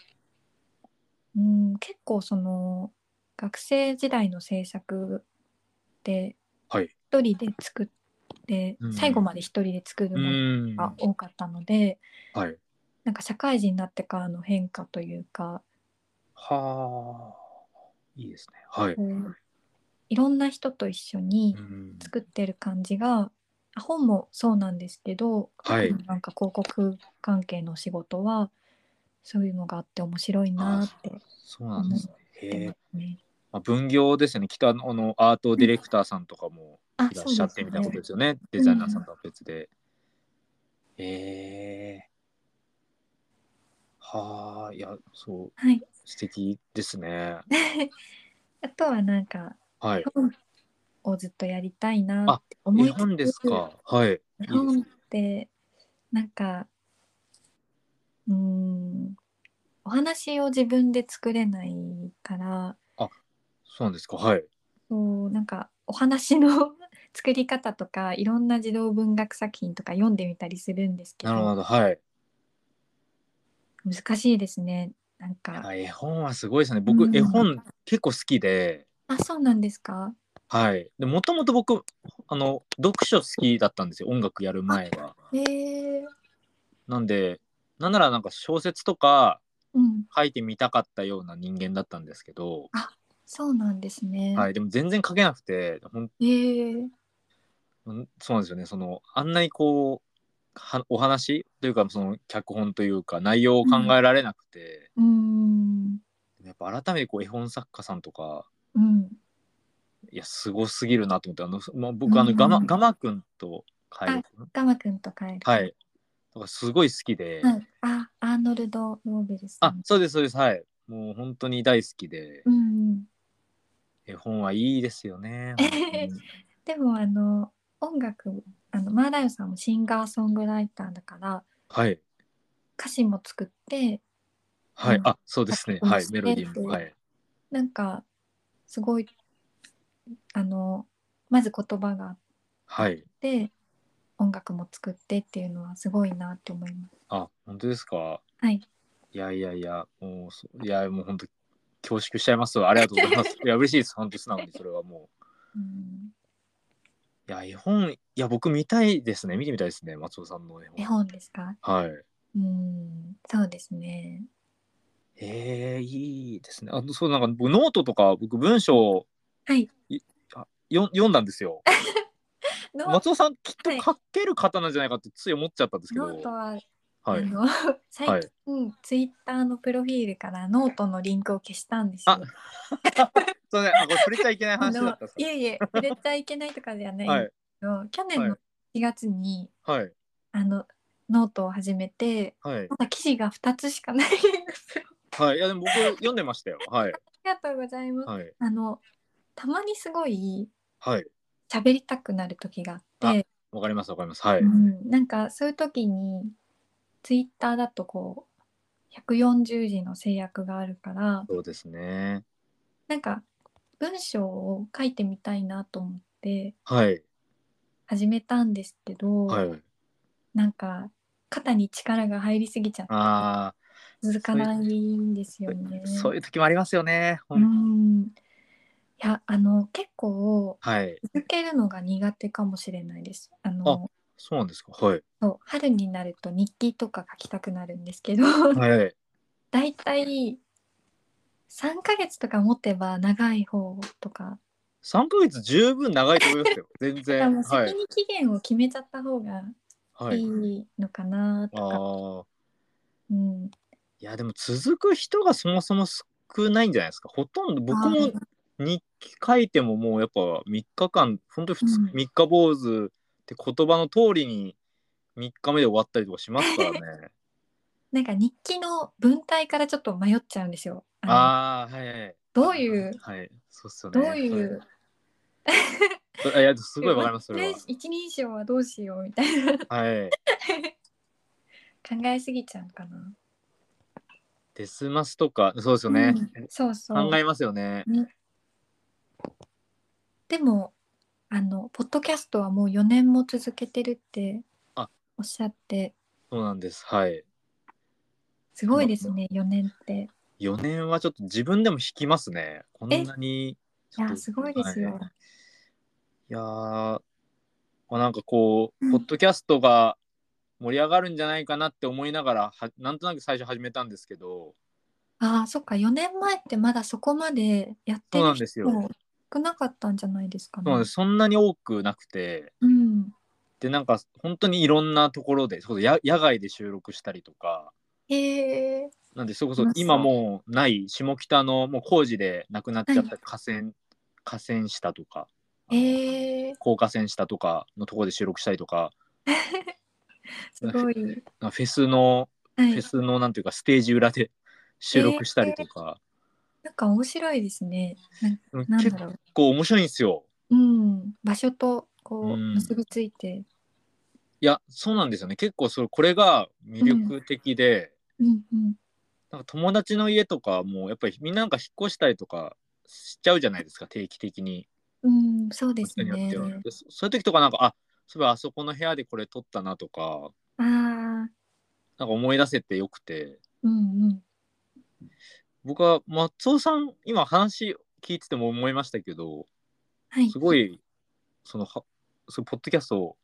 [SPEAKER 2] うん結構その学生時代の制作で
[SPEAKER 1] はい。
[SPEAKER 2] 一人で作って、
[SPEAKER 1] うん
[SPEAKER 2] 最後まで一人で作る
[SPEAKER 1] う
[SPEAKER 2] もの
[SPEAKER 1] ん。
[SPEAKER 2] が
[SPEAKER 1] は
[SPEAKER 2] 多かったので、
[SPEAKER 1] い。
[SPEAKER 2] なんか社会人になってからの変化というか
[SPEAKER 1] はあ。いいですね。はい。
[SPEAKER 2] こういろんな人と一緒に
[SPEAKER 1] うん
[SPEAKER 2] 作ってる感じが、あ本もそうなんですけど、
[SPEAKER 1] はい
[SPEAKER 2] 特になんか広告関係のお仕事はそういうのがあって面白いなって
[SPEAKER 1] そうなんですね。へ
[SPEAKER 2] 思って
[SPEAKER 1] え
[SPEAKER 2] ますね。
[SPEAKER 1] まあ、分業ですよね。北のあのアートディレクターさんとかも
[SPEAKER 2] あ
[SPEAKER 1] いらっ
[SPEAKER 2] そう
[SPEAKER 1] しゃっ
[SPEAKER 2] です
[SPEAKER 1] て
[SPEAKER 2] ね
[SPEAKER 1] みたいなことですよね。デザイナーさんとは別で。えー、はあ、いや、そう、
[SPEAKER 2] はい、
[SPEAKER 1] 素敵ですね。
[SPEAKER 2] あとはなんか
[SPEAKER 1] はい。
[SPEAKER 2] 本をずっとやりたいなって思
[SPEAKER 1] 絵
[SPEAKER 2] いつつ
[SPEAKER 1] 本ですか。はい。いい
[SPEAKER 2] 日
[SPEAKER 1] です
[SPEAKER 2] 本っ
[SPEAKER 1] ね
[SPEAKER 2] てなんかうーんお話を自分で作れないから
[SPEAKER 1] そうなんですか。はい。
[SPEAKER 2] そうなんかお話の 作り方とかいろんな児童文学作品とか読んでみたりするんですけ
[SPEAKER 1] なる
[SPEAKER 2] ど
[SPEAKER 1] ほど。はい。
[SPEAKER 2] 難しいですねなんか
[SPEAKER 1] あ絵本はすごいですね。僕、
[SPEAKER 2] うん
[SPEAKER 1] 絵本結構好きで、
[SPEAKER 2] あそうなんですか
[SPEAKER 1] はい。で、もともと僕、あの、読書好きだったんですよ。音楽やる前は。
[SPEAKER 2] へえ
[SPEAKER 1] なんで、なんならなんか小説とか、
[SPEAKER 2] うん
[SPEAKER 1] 書いてみたかったような人間だったんですけど、
[SPEAKER 2] そうなんですね、
[SPEAKER 1] はい、でも全然書けなくてほん
[SPEAKER 2] へえ
[SPEAKER 1] うんそうなんですよねそのあんなにこうはお話というかその脚本というか内容を考えられなくて、
[SPEAKER 2] うーん
[SPEAKER 1] やっぱ改めてこう絵本作家さんとか
[SPEAKER 2] うん、
[SPEAKER 1] いやすごすぎるなと思ってあの、まあ、僕あのガマ,、
[SPEAKER 2] うんうん
[SPEAKER 1] ガマくんとカエルくん
[SPEAKER 2] ガマくんとカエル。
[SPEAKER 1] はいとかすごい好きで、
[SPEAKER 2] うん、あ、アーノルド・ローベルさ
[SPEAKER 1] あ
[SPEAKER 2] ん。
[SPEAKER 1] そうですそうですはいもう本当に大好きで
[SPEAKER 2] うんうん、
[SPEAKER 1] 絵本はいいですよね
[SPEAKER 2] えへへでもあの音楽あのマーライオンさんもシンガーソングライターだから
[SPEAKER 1] はい
[SPEAKER 2] 歌詞も作って
[SPEAKER 1] はい、
[SPEAKER 2] うん
[SPEAKER 1] あそうですね
[SPEAKER 2] あ
[SPEAKER 1] はい
[SPEAKER 2] そ
[SPEAKER 1] メ
[SPEAKER 2] うですね
[SPEAKER 1] ロディーもはい
[SPEAKER 2] なんかすごいあのまず言葉があっ
[SPEAKER 1] はい
[SPEAKER 2] て音楽も作ってっていうのはすごいなって思います。
[SPEAKER 1] あ本当ですか
[SPEAKER 2] はい、
[SPEAKER 1] いやいやいやもうそういやもう本当恐縮しちゃいますわありがとうござい ますいや嬉しいです本当素直にそれはも
[SPEAKER 2] うん、
[SPEAKER 1] ういや絵本いや僕見たいですね見てみたいですね松尾さんの絵本
[SPEAKER 2] 絵本ですか？
[SPEAKER 1] はい
[SPEAKER 2] うん、そうですね。
[SPEAKER 1] ええいいですね。あのそうなんか僕ノートとか僕文章を
[SPEAKER 2] はい。
[SPEAKER 1] あよん読んだんですよ。
[SPEAKER 2] ノー
[SPEAKER 1] 松尾さんきっと
[SPEAKER 2] はい
[SPEAKER 1] 書ける方なんじゃないかってつい思っちゃったんですけど。
[SPEAKER 2] ノートは
[SPEAKER 1] は
[SPEAKER 2] あ
[SPEAKER 1] い。
[SPEAKER 2] の 最近、ツイッターのプロフィールからノートのリンクを消したんですよ
[SPEAKER 1] あ。そうね。あこれ触れちゃいけない
[SPEAKER 2] あ
[SPEAKER 1] 話だ
[SPEAKER 2] の
[SPEAKER 1] ったんです
[SPEAKER 2] いえいえ触れちゃいけないとかではないん
[SPEAKER 1] か。はい
[SPEAKER 2] ですけど、去年
[SPEAKER 1] は
[SPEAKER 2] の4月に、
[SPEAKER 1] はい
[SPEAKER 2] あのノートを始めて
[SPEAKER 1] はい
[SPEAKER 2] まだ記事が2つしかないんですよ。
[SPEAKER 1] はい。いやでも僕読んでましたよ。はい
[SPEAKER 2] ありがとうございます。
[SPEAKER 1] はい
[SPEAKER 2] あのたまにすごい
[SPEAKER 1] はい。
[SPEAKER 2] 喋りたくなる時があって。
[SPEAKER 1] わかりますわかります。はいう
[SPEAKER 2] ん、なんかそういう時にツイッターだとこう140字の制約があるから
[SPEAKER 1] そうですね。
[SPEAKER 2] なんか文章を書いてみたいなと思って
[SPEAKER 1] はい
[SPEAKER 2] 始めたんですけど、
[SPEAKER 1] はい。
[SPEAKER 2] なんか肩に力が入りすぎちゃって
[SPEAKER 1] あ
[SPEAKER 2] 続かないんですよね
[SPEAKER 1] あ。そういう時もありますよね。ほ
[SPEAKER 2] うんん。いやあの結構
[SPEAKER 1] はい。
[SPEAKER 2] 続けるのが苦手かもしれないです。あの
[SPEAKER 1] そうなんですか。はい
[SPEAKER 2] そう春になると日記とか書きたくなるんですけど、
[SPEAKER 1] はい。
[SPEAKER 2] だいたい3ヶ月とか持てば長い方とか、
[SPEAKER 1] 三ヶ月十分長いと思います よ。全
[SPEAKER 2] あの
[SPEAKER 1] 然。はい
[SPEAKER 2] 先。に期限を決めちゃった方が
[SPEAKER 1] はいい。
[SPEAKER 2] いのかな
[SPEAKER 1] あ
[SPEAKER 2] とか、
[SPEAKER 1] あ。
[SPEAKER 2] うん、
[SPEAKER 1] いや、でも続く人がそもそも少ないんじゃないですか。ほとんど、僕
[SPEAKER 2] あ
[SPEAKER 1] も
[SPEAKER 2] ー
[SPEAKER 1] 日記書いてももうやっぱ3日間、本当に
[SPEAKER 2] うん
[SPEAKER 1] 3日坊主って言葉の通りに3日目で終わったりとかします からね。
[SPEAKER 2] なんか日記の文体からちょっと迷っちゃうんですよ。あの
[SPEAKER 1] ああ、はいはい。
[SPEAKER 2] どういう
[SPEAKER 1] はい、そうっすよね。
[SPEAKER 2] どういう
[SPEAKER 1] はい。あいや、すごいわかります、それは
[SPEAKER 2] で。一人称はどうしようみたいな
[SPEAKER 1] はい。
[SPEAKER 2] 考えすぎちゃうのかな。
[SPEAKER 1] デスマスとか、そうですよね。
[SPEAKER 2] うんそうそう
[SPEAKER 1] 考。えますよね。
[SPEAKER 2] でもあのポッドキャストはもう4年も続けてるって
[SPEAKER 1] あ
[SPEAKER 2] おっしゃって
[SPEAKER 1] そうなんです。はい。
[SPEAKER 2] すごいですね4年って。
[SPEAKER 1] 4年はちょっと自分でも引きますね。こんなに。
[SPEAKER 2] いやすごいですよ。
[SPEAKER 1] いやーまあなんかこう、
[SPEAKER 2] うん
[SPEAKER 1] ポッドキャストが盛り上がるんじゃないかなって思いながらはなんとなく最初始めたんですけど
[SPEAKER 2] ああそっか4年前ってまだそこまでやって
[SPEAKER 1] そうな
[SPEAKER 2] る
[SPEAKER 1] んです
[SPEAKER 2] 人
[SPEAKER 1] よ
[SPEAKER 2] 少なかったんじゃないですかね。
[SPEAKER 1] そうなんですそんなに多くなくて
[SPEAKER 2] うん
[SPEAKER 1] でなんか本当にいろんなところでそれこそや野外で収録したりとか
[SPEAKER 2] へえ
[SPEAKER 1] なんでそれこそ
[SPEAKER 2] 楽しそう
[SPEAKER 1] 今もうない下北のもう工事でなくなっちゃった河川、河川下とかあの
[SPEAKER 2] へえ
[SPEAKER 1] 高架線下とかのところで収録したりとか
[SPEAKER 2] すごい。
[SPEAKER 1] なんかフェスの
[SPEAKER 2] は
[SPEAKER 1] フェ
[SPEAKER 2] い、
[SPEAKER 1] スのなんていうかステージ裏で収録したりとか、
[SPEAKER 2] なんか面白いですね。なん
[SPEAKER 1] うん
[SPEAKER 2] なん
[SPEAKER 1] 結
[SPEAKER 2] だろう。
[SPEAKER 1] 構面白いんですよ。
[SPEAKER 2] うん、場所とこ
[SPEAKER 1] う
[SPEAKER 2] うん結びついて。
[SPEAKER 1] いやそうなんですよね結構それこれが魅力的で、
[SPEAKER 2] うんうん。
[SPEAKER 1] なんか友達の家とかもやっぱりみんななんか引っ越したりとかしちゃうじゃないですか定期的に。
[SPEAKER 2] うん、そうです
[SPEAKER 1] 人によっ
[SPEAKER 2] ね
[SPEAKER 1] て。はでそそういう時とかなんかあそういえばあそこの部屋でこれ撮ったなとか
[SPEAKER 2] ああ、
[SPEAKER 1] なんか思い出せてよくて
[SPEAKER 2] うんうん。
[SPEAKER 1] 僕は松尾さん今話聞いてても思いましたけど
[SPEAKER 2] はい。
[SPEAKER 1] すごいそのはそういうポッドキャストを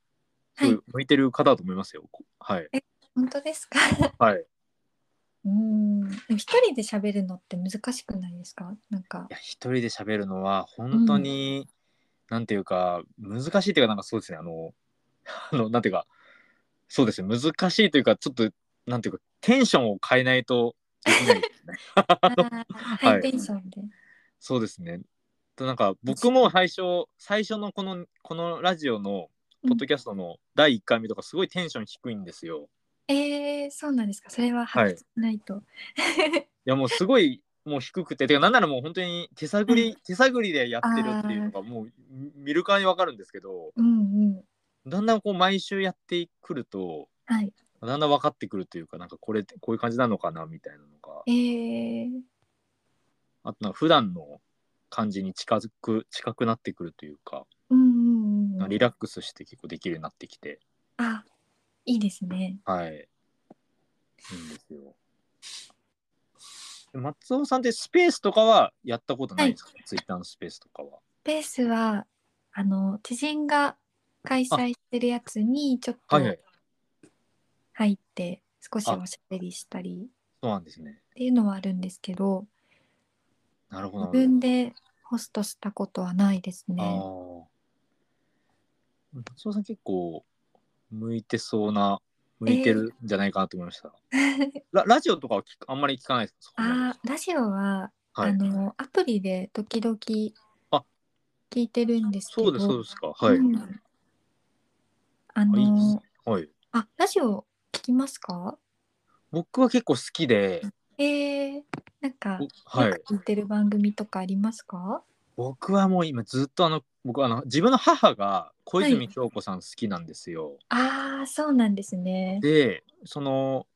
[SPEAKER 1] す
[SPEAKER 2] は
[SPEAKER 1] ご
[SPEAKER 2] い
[SPEAKER 1] い。向いてる方だと思いますよ。こはい。
[SPEAKER 2] 本当ですか。
[SPEAKER 1] はい。い
[SPEAKER 2] うん。でも一人で喋るのって難しくないですか。なんか。
[SPEAKER 1] や、一人で喋るのは本当に、なんていうか、難しいというか、なんかそうですね、あの、 あの、なんていうか、そうですね、難しいというか、ちょっと、なんていうか、テンションを変えないとできないですね。
[SPEAKER 2] あーハイテンションで。
[SPEAKER 1] そうですね。となんか僕も最初最初のこのこのラジオのポッドキャストの第1回目とかすごいテンション低いんですよ。
[SPEAKER 2] えー、そうなんですか。それは発揮しないと。
[SPEAKER 1] いやもうすごいもう低くててかなんならもう本当に手探り手探りでやってるっていうのがもう見るからにわかるんですけど
[SPEAKER 2] うんうん。
[SPEAKER 1] だんだんこう毎週やってくると
[SPEAKER 2] はい。
[SPEAKER 1] だんだん分かってくるというかなんかこれってこういう感じなのかなみたいなのが
[SPEAKER 2] えー、
[SPEAKER 1] あとなんか普段の感じに近づく近くなってくるというか
[SPEAKER 2] うんうんうんうん。
[SPEAKER 1] リラックスして結構できるようになってきて
[SPEAKER 2] あ、いいですね。
[SPEAKER 1] はい。いいんですよ。で松尾さんってスペースとかはやったことないですか、ツイッターのスペースとかは。
[SPEAKER 2] ペースは、あの、知人が開催してるやつにちょっと
[SPEAKER 1] はいはい。
[SPEAKER 2] 入って、少しおしゃべりしたり
[SPEAKER 1] そうなんですね。
[SPEAKER 2] っていうのはあるんですけど、
[SPEAKER 1] なるほど。
[SPEAKER 2] 自分でホストしたことはないです
[SPEAKER 1] あ
[SPEAKER 2] ね。
[SPEAKER 1] ー松尾さん結構向いてそうな、向いてるんじゃないかなと思いました。 ララジオとかは聞くあんまり聞かないですかそこま
[SPEAKER 2] あ
[SPEAKER 1] で
[SPEAKER 2] ーラジオは、
[SPEAKER 1] はい
[SPEAKER 2] あのアプリで時々聞
[SPEAKER 1] あ
[SPEAKER 2] いてるんですけど
[SPEAKER 1] そうです、そうですか。はい。
[SPEAKER 2] うん
[SPEAKER 1] あ
[SPEAKER 2] あ
[SPEAKER 1] いいで
[SPEAKER 2] の
[SPEAKER 1] すね。はい。
[SPEAKER 2] あラジオ聞きますか
[SPEAKER 1] 僕は結構好きで、
[SPEAKER 2] えー、なんか、
[SPEAKER 1] おはい
[SPEAKER 2] よ。く聞いてる番組とかありますか
[SPEAKER 1] 僕はもう今ずっとあの僕あの自分の母が小泉京子さん好きなんですよ。
[SPEAKER 2] ああそうなんですね。
[SPEAKER 1] でその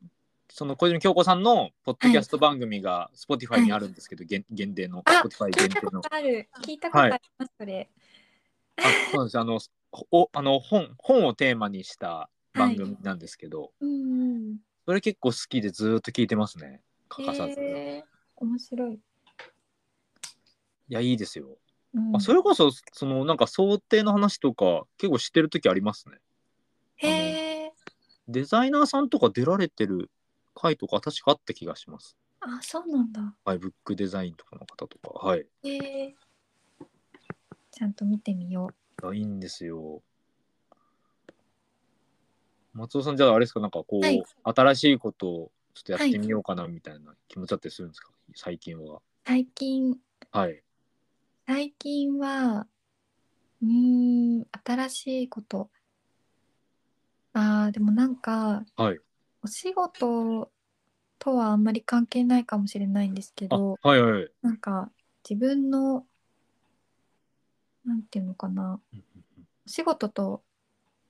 [SPEAKER 1] その小泉京子さんのポッドキャスト番組が Spotify にあるんですけど、限限定の
[SPEAKER 2] あ
[SPEAKER 1] Spotify
[SPEAKER 2] 聞い
[SPEAKER 1] 限
[SPEAKER 2] た
[SPEAKER 1] 定
[SPEAKER 2] こ
[SPEAKER 1] の
[SPEAKER 2] とある聞いたことあります、それ。
[SPEAKER 1] あそうなんですあのおあの本本をテーマにした番組なんですけど、
[SPEAKER 2] うんうん、
[SPEAKER 1] それ結構好きでずーっと聞いてますね欠かさず、い
[SPEAKER 2] えー、面白い。
[SPEAKER 1] やいいですよ、
[SPEAKER 2] うん
[SPEAKER 1] あそれこそそのなんか想定の話とか結構してる時ありますね
[SPEAKER 2] へえ
[SPEAKER 1] デザイナーさんとか出られてる回とか確かあった気がします
[SPEAKER 2] あそうなんだ。
[SPEAKER 1] はいブックデザインとかの方とかはい
[SPEAKER 2] へえちゃんと見てみよう。
[SPEAKER 1] あいいんですよ。松尾さんじゃああれですかなんかこう、
[SPEAKER 2] はい
[SPEAKER 1] 新しいことをちょっとやってみようかなみたいな気持ちだったりするんですか、最近は。
[SPEAKER 2] 最近
[SPEAKER 1] はい。
[SPEAKER 2] 最近はうーん新しいことあーでもなんか、
[SPEAKER 1] はい
[SPEAKER 2] お仕事とはあんまり関係ないかもしれないんですけ
[SPEAKER 1] あ
[SPEAKER 2] ど
[SPEAKER 1] はいはい。
[SPEAKER 2] なんか自分のなんていうのかなお仕事と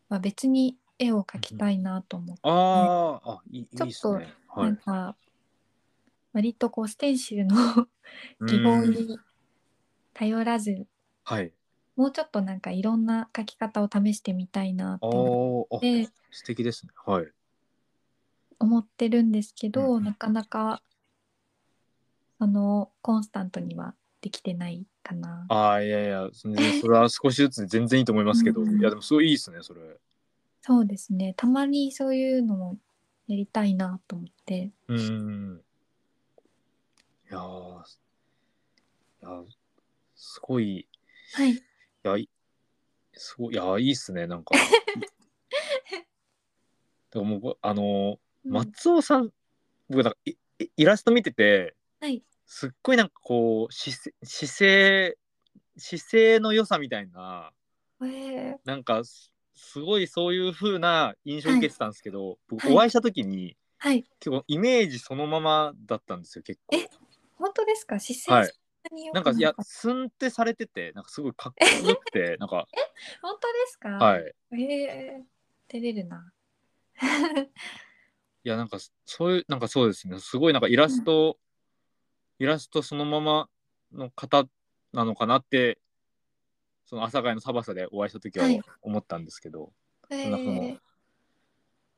[SPEAKER 2] は別に絵を描きたいなと思って、
[SPEAKER 1] あーあいいいいですね。は
[SPEAKER 2] なん
[SPEAKER 1] い。
[SPEAKER 2] か割とこうステンシルの 技法
[SPEAKER 1] うん
[SPEAKER 2] に頼らず
[SPEAKER 1] はい。
[SPEAKER 2] もうちょっとなんかいろんな書き方を試してみたいなって
[SPEAKER 1] あ
[SPEAKER 2] 思
[SPEAKER 1] ーあ
[SPEAKER 2] で
[SPEAKER 1] 素敵ですね。はい。
[SPEAKER 2] 思ってるんですけど、
[SPEAKER 1] うん
[SPEAKER 2] なかなかそのコンスタントにはできてないかな。
[SPEAKER 1] ああいやいや全然それは少しずつで全然いいと思いますけど、
[SPEAKER 2] うん
[SPEAKER 1] いやでもすごいいいですねそれ。
[SPEAKER 2] そうですねたまにそういうのもやりたいなと思って
[SPEAKER 1] うん。いやーいやーすごい
[SPEAKER 2] はい
[SPEAKER 1] いや、いすごい、いや、いいっすね、 なんか。でももう、あの、
[SPEAKER 2] うん
[SPEAKER 1] 松尾さん、僕なんかイ、イイラスト見てて、
[SPEAKER 2] はい
[SPEAKER 1] すっごいなんかこう、姿勢、姿勢、姿勢の良さみたいな、
[SPEAKER 2] えー
[SPEAKER 1] なんかす、すごいそういう風な印象を受けてたんですけど、僕、
[SPEAKER 2] はい
[SPEAKER 1] お会いした時に、
[SPEAKER 2] はい
[SPEAKER 1] 結構イメージそのままだったんですよ、結構。
[SPEAKER 2] え本当ですか姿
[SPEAKER 1] はい
[SPEAKER 2] 勢そんに良く
[SPEAKER 1] なんか、いや
[SPEAKER 2] っ、た
[SPEAKER 1] すんってされてて、なんかすごいかっこよくて、なん か、
[SPEAKER 2] 本当ですか、
[SPEAKER 1] はい。
[SPEAKER 2] い、えー、照れるな。
[SPEAKER 1] いやなんかそそういうなんかそうですねすごいなんかイラスト、イラストそのままの方なのかなってその朝会のサバサでお会いした時は
[SPEAKER 2] はい
[SPEAKER 1] 思ったんですけど、
[SPEAKER 2] え
[SPEAKER 1] そんなそ
[SPEAKER 2] ー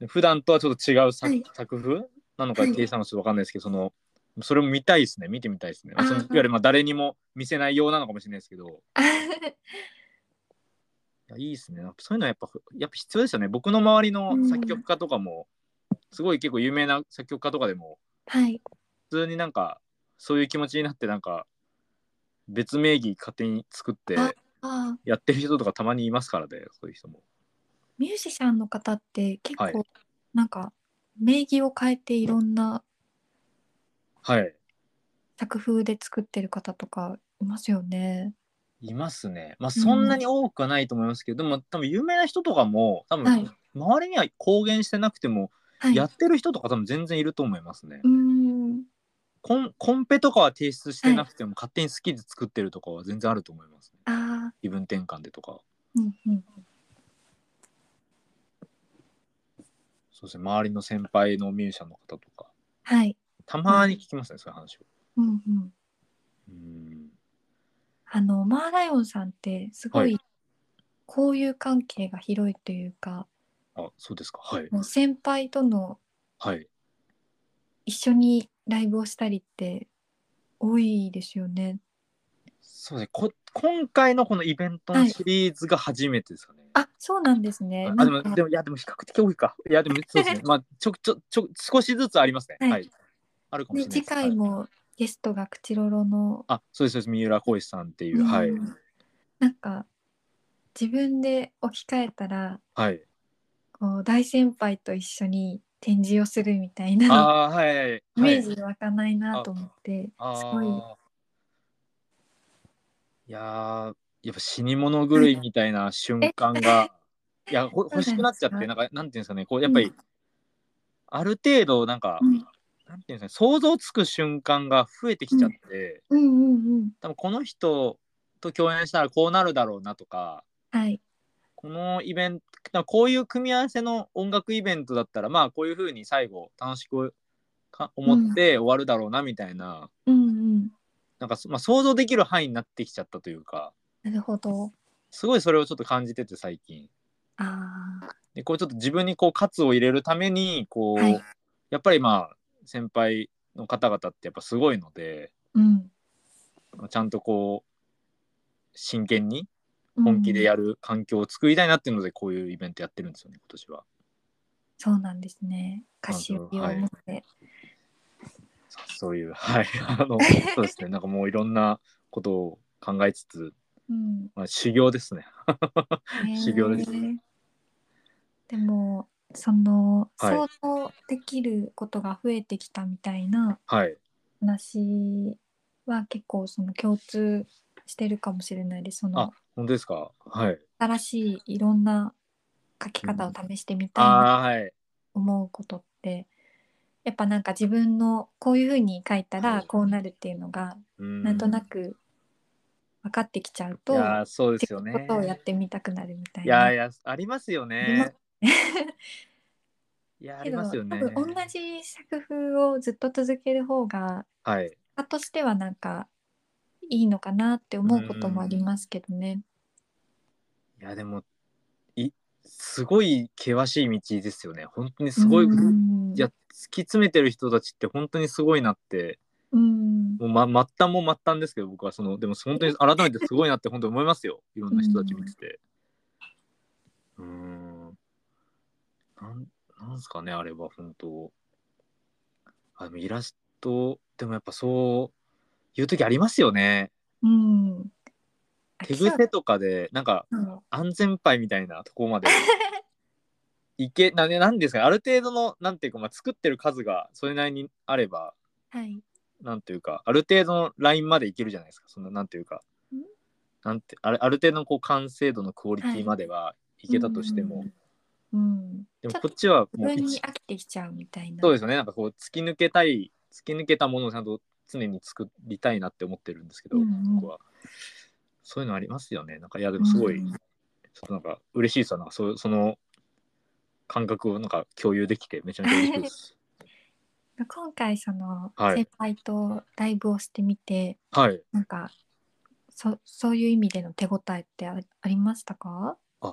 [SPEAKER 1] の、普段とはちょっと違う作,、
[SPEAKER 2] はい
[SPEAKER 1] 作風なのか
[SPEAKER 2] はい
[SPEAKER 1] 計算のかちょっと分かんないですけどそのそれも見たいですね見てみたいですね
[SPEAKER 2] あー
[SPEAKER 1] そのいわゆるまあ誰にも見せないようなのかもしれないですけどいやいいですねやっぱそういうのはやっぱやっぱ必要ですよね僕の周りの作曲家とかも、すごい結構有名な作曲家とかでも
[SPEAKER 2] はい
[SPEAKER 1] 普通になんかそういう気持ちになってなんか別名義勝手に作って
[SPEAKER 2] ああー
[SPEAKER 1] やってる人とかたまにいますからねそういう人も
[SPEAKER 2] ミュージシャンの方って結構、
[SPEAKER 1] はい
[SPEAKER 2] なんか名義を変えていろんな
[SPEAKER 1] はい。
[SPEAKER 2] 作風で作ってる方とかいますよね。
[SPEAKER 1] いますね。まあそんなに多くはないと思いますけど、でも多分有名な人とかも多分、
[SPEAKER 2] はい
[SPEAKER 1] 周りには公言してなくても、
[SPEAKER 2] はい。
[SPEAKER 1] やってる人とか多分全然いると思いますね。
[SPEAKER 2] うーん。
[SPEAKER 1] コンコンペとかは提出してなくても、勝手に好きで作ってるとかは全然あると思います、ね。
[SPEAKER 2] ああ。
[SPEAKER 1] 気分転換でとか。
[SPEAKER 2] うんうん。
[SPEAKER 1] そうですね。周りの先輩のミュージシャンの方とか。
[SPEAKER 2] はい。
[SPEAKER 1] たまに聞きますね、そういう話を。
[SPEAKER 2] うんうん。
[SPEAKER 1] うん。
[SPEAKER 2] あのマーライオンさんってすご
[SPEAKER 1] はい
[SPEAKER 2] 交友関係が広いというか、
[SPEAKER 1] あ、そうですか。はい。
[SPEAKER 2] もう先輩との
[SPEAKER 1] はい。
[SPEAKER 2] 一緒にライブをしたりって多いですよね。
[SPEAKER 1] そうですね。こ今回のこのイベントのシリーズが初めてですかね。
[SPEAKER 2] あ、そうなんですね。
[SPEAKER 1] あで
[SPEAKER 2] なん
[SPEAKER 1] も、
[SPEAKER 2] か
[SPEAKER 1] でも、いや、でも比較的多いか。いや、で も、そうですね。まあ、ちょ、ちょ、ちょ、少しずつありますね。
[SPEAKER 2] はい
[SPEAKER 1] はい。あるかもし
[SPEAKER 2] ね
[SPEAKER 1] れない
[SPEAKER 2] 次
[SPEAKER 1] です。はい
[SPEAKER 2] 回もゲストがクチロロの、
[SPEAKER 1] あ、そうです、そうです。三浦浩一さんっていう。
[SPEAKER 2] うん
[SPEAKER 1] はい。
[SPEAKER 2] なんか自分で置き換えたら
[SPEAKER 1] はい。
[SPEAKER 2] こう大先輩と一緒に展示をするみたいな
[SPEAKER 1] ああー、はい、はいはい。
[SPEAKER 2] イメージ湧かないなと思って、
[SPEAKER 1] あ
[SPEAKER 2] すごい。
[SPEAKER 1] あ。いやー、やっぱ死に物狂いみたいな瞬間が、 いや、ほ欲
[SPEAKER 2] そうなんですか
[SPEAKER 1] しくなっちゃって、なんか、なんていうんですかね、こう、やっぱり、
[SPEAKER 2] うん
[SPEAKER 1] ある程度、なんか、
[SPEAKER 2] うん
[SPEAKER 1] なんていうんですかね、想像つく瞬間が増えてきちゃって、
[SPEAKER 2] うんうんうん。
[SPEAKER 1] 多分この人と共演したらこうなるだろうなとか、
[SPEAKER 2] はい。
[SPEAKER 1] このイベント、だからこういう組み合わせの音楽イベントだったら、まあ、こういう風に最後、楽しくか思って終わるだろうな、みたいな。
[SPEAKER 2] うんうん。
[SPEAKER 1] なんかそ、まあ、想像できる範囲になってきちゃったというか
[SPEAKER 2] なるほど。
[SPEAKER 1] すごいそれをちょっと感じてて最近
[SPEAKER 2] ああ。
[SPEAKER 1] でこうちょっと自分にこう喝を入れるためにこう、
[SPEAKER 2] はい
[SPEAKER 1] やっぱりまあ先輩の方々ってやっぱすごいので
[SPEAKER 2] うん。
[SPEAKER 1] ちゃんとこう真剣に本気でや
[SPEAKER 2] る。
[SPEAKER 1] る環境を作りたいなっていうので、こういうイベントやってるんですよね今年は。
[SPEAKER 2] そうなんですね。歌詞を
[SPEAKER 1] はい
[SPEAKER 2] 持って。
[SPEAKER 1] そそういうはい あ のそうですねなんかもういろんなことを考えつつ、
[SPEAKER 2] うん。
[SPEAKER 1] まあ、修行ですね。修行です
[SPEAKER 2] ね。でも、その、
[SPEAKER 1] はい
[SPEAKER 2] 想像できることが増えてきたみたいな
[SPEAKER 1] はい
[SPEAKER 2] 話は結構その共通してるかもしれないです。その
[SPEAKER 1] 本当ですかはい。
[SPEAKER 2] 新しいいろんな書き方を試してみたいな
[SPEAKER 1] あーはい。
[SPEAKER 2] 思うことってやっぱなんか自分のこういうふうに書いた
[SPEAKER 1] は
[SPEAKER 2] ら
[SPEAKER 1] い
[SPEAKER 2] こうなるっていうのが
[SPEAKER 1] な
[SPEAKER 2] なんとなく分かってきちゃうと、
[SPEAKER 1] いやーそうで
[SPEAKER 2] 自
[SPEAKER 1] すよ
[SPEAKER 2] 分
[SPEAKER 1] ね
[SPEAKER 2] のことをやってみたくなるみたい
[SPEAKER 1] いや
[SPEAKER 2] な。
[SPEAKER 1] いやありますよ
[SPEAKER 2] あります
[SPEAKER 1] ねいやあ
[SPEAKER 2] け
[SPEAKER 1] り
[SPEAKER 2] ど
[SPEAKER 1] ます
[SPEAKER 2] 多
[SPEAKER 1] よね
[SPEAKER 2] 分同じ作風をずっと続ける方が
[SPEAKER 1] はい
[SPEAKER 2] 他としてはなんかいいのかなって思うこともありますけどね。
[SPEAKER 1] いやでもいすごい険しい道ですよね本当にすごい、
[SPEAKER 2] うん
[SPEAKER 1] いや突き詰めてる人たちって本当にすごいなって
[SPEAKER 2] うん
[SPEAKER 1] もう、ま、末端も末端ですけど僕はそのでも本当に改めてすごいなって本当に思いますよいろんな人たち見てて うーんなんなんすかねあれは本当あでもイラストでもやっぱそういう時ありますよね
[SPEAKER 2] うん、
[SPEAKER 1] 手癖とかでなんか
[SPEAKER 2] あそう
[SPEAKER 1] 安全牌みたいなとこまでいけななんですかねある程度のなんていうか、まあ、作ってる数がそれなりにあれば
[SPEAKER 2] はい、
[SPEAKER 1] なんていうかある程度のラインまでいけるじゃないですかそんななんていうか
[SPEAKER 2] ん
[SPEAKER 1] なんてあれある程度のこう完成度のクオリティまではいけたとしても、
[SPEAKER 2] うん、
[SPEAKER 1] で
[SPEAKER 2] ち
[SPEAKER 1] も
[SPEAKER 2] ょっ
[SPEAKER 1] ことっちはもう
[SPEAKER 2] 自分に
[SPEAKER 1] 一
[SPEAKER 2] 飽きてきちゃうみたいな。
[SPEAKER 1] そうですよねなんかこう突き抜けたい突き抜けたものをちゃんと常に作りたいなって思ってるんですけど、
[SPEAKER 2] うんうん
[SPEAKER 1] 僕はそういうのありますよねなんかいやでもすごい、
[SPEAKER 2] うん
[SPEAKER 1] ちょっとなんか嬉しいさなんかそその感覚をなんか共有できてめちゃめちゃ嬉しい です。
[SPEAKER 2] 今回その
[SPEAKER 1] はい
[SPEAKER 2] 先輩とライブをしてみて、
[SPEAKER 1] はい
[SPEAKER 2] なんかそそういう意味での手応えってあありましたか
[SPEAKER 1] い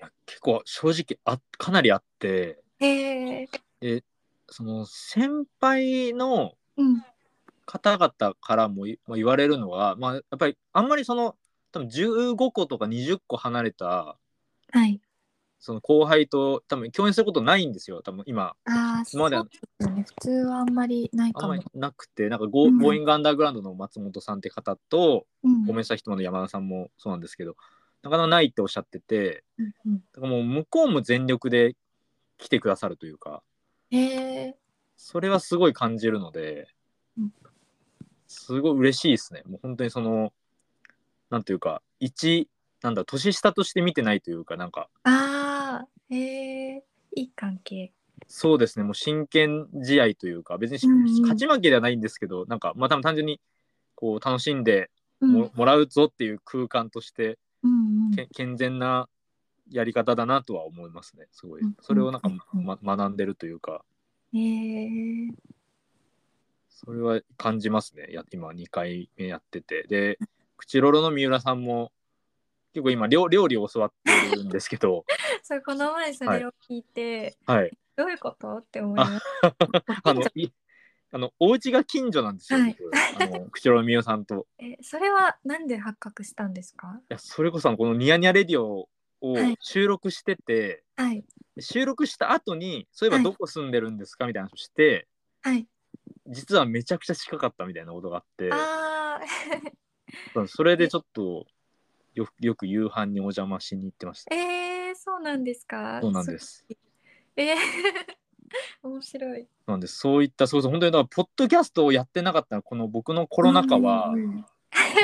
[SPEAKER 1] や結構正直あかなりあって
[SPEAKER 2] へえ
[SPEAKER 1] その先輩の
[SPEAKER 2] うん
[SPEAKER 1] 方々からもいまあ言われるのは、まあ、やっぱりあんまりその多分15個とか20個離れた
[SPEAKER 2] はい
[SPEAKER 1] その後輩と多分共演することないんですよ多分今
[SPEAKER 2] ああ
[SPEAKER 1] 今までは
[SPEAKER 2] そうですよね普通はあんまりない
[SPEAKER 1] あ
[SPEAKER 2] か
[SPEAKER 1] ん
[SPEAKER 2] も
[SPEAKER 1] まりなくてなんかゴ,、
[SPEAKER 2] うん
[SPEAKER 1] ゴーイングアンダーグラウンドの松本さんって方と、
[SPEAKER 2] うん
[SPEAKER 1] ごめんなさい人の山田さんもそうなんですけどなかなかないっておっしゃってて
[SPEAKER 2] うんうん
[SPEAKER 1] だからもう向こうも全力で来てくださるというか
[SPEAKER 2] へえ
[SPEAKER 1] それはすごい感じるので
[SPEAKER 2] うん
[SPEAKER 1] すごい嬉しいですね。もう本当にその、なんというか、一、なんだ、年下として見てないというか、なんか、
[SPEAKER 2] ああ、へえ、いい関係。
[SPEAKER 1] そうですね、もう真剣試合というか、別にし、
[SPEAKER 2] うんうん
[SPEAKER 1] 勝ち負けではないんですけど、なんか、まあ多分単純に、こう、楽しんで
[SPEAKER 2] う
[SPEAKER 1] も,、
[SPEAKER 2] ん、
[SPEAKER 1] もらうぞっていう空間として、
[SPEAKER 2] うん、うん。
[SPEAKER 1] け健全なやり方だなとは思いますね、すごい
[SPEAKER 2] うんうん。
[SPEAKER 1] それをなんか、
[SPEAKER 2] うん
[SPEAKER 1] ま、学んでるというか、
[SPEAKER 2] へえ、
[SPEAKER 1] それは感じますね。や今2回目やってて。で、クチロロの三浦さんも結構今料料理を教わってるんですけど、
[SPEAKER 2] それこの前それを聞いて、
[SPEAKER 1] はい。
[SPEAKER 2] どういうことって思いました。
[SPEAKER 1] あ の、いあのお家が近所なんですよ、
[SPEAKER 2] はい
[SPEAKER 1] 僕あのクチロロの三浦さんと。
[SPEAKER 2] え、それはなんで発覚したんですか。
[SPEAKER 1] いや、それこそあのこのニヤニヤレディオを
[SPEAKER 2] はい
[SPEAKER 1] 収録してて、
[SPEAKER 2] はい、
[SPEAKER 1] 収録した後に、そういえ
[SPEAKER 2] は
[SPEAKER 1] ばど
[SPEAKER 2] い
[SPEAKER 1] こ住んでるんですかみたいな話をして、
[SPEAKER 2] はい、
[SPEAKER 1] 実はめちゃくちゃ近かったみたいなことがあって、
[SPEAKER 2] ああ、
[SPEAKER 1] それでちょっとよよく夕飯にお邪魔しに行ってました。
[SPEAKER 2] えー、そうなんですか。
[SPEAKER 1] そうなんです。
[SPEAKER 2] えー、 面白い。
[SPEAKER 1] なんでそういったそうそう本当にだからポッドキャストをやってなかったのこの僕のコロナ禍は
[SPEAKER 2] うんうん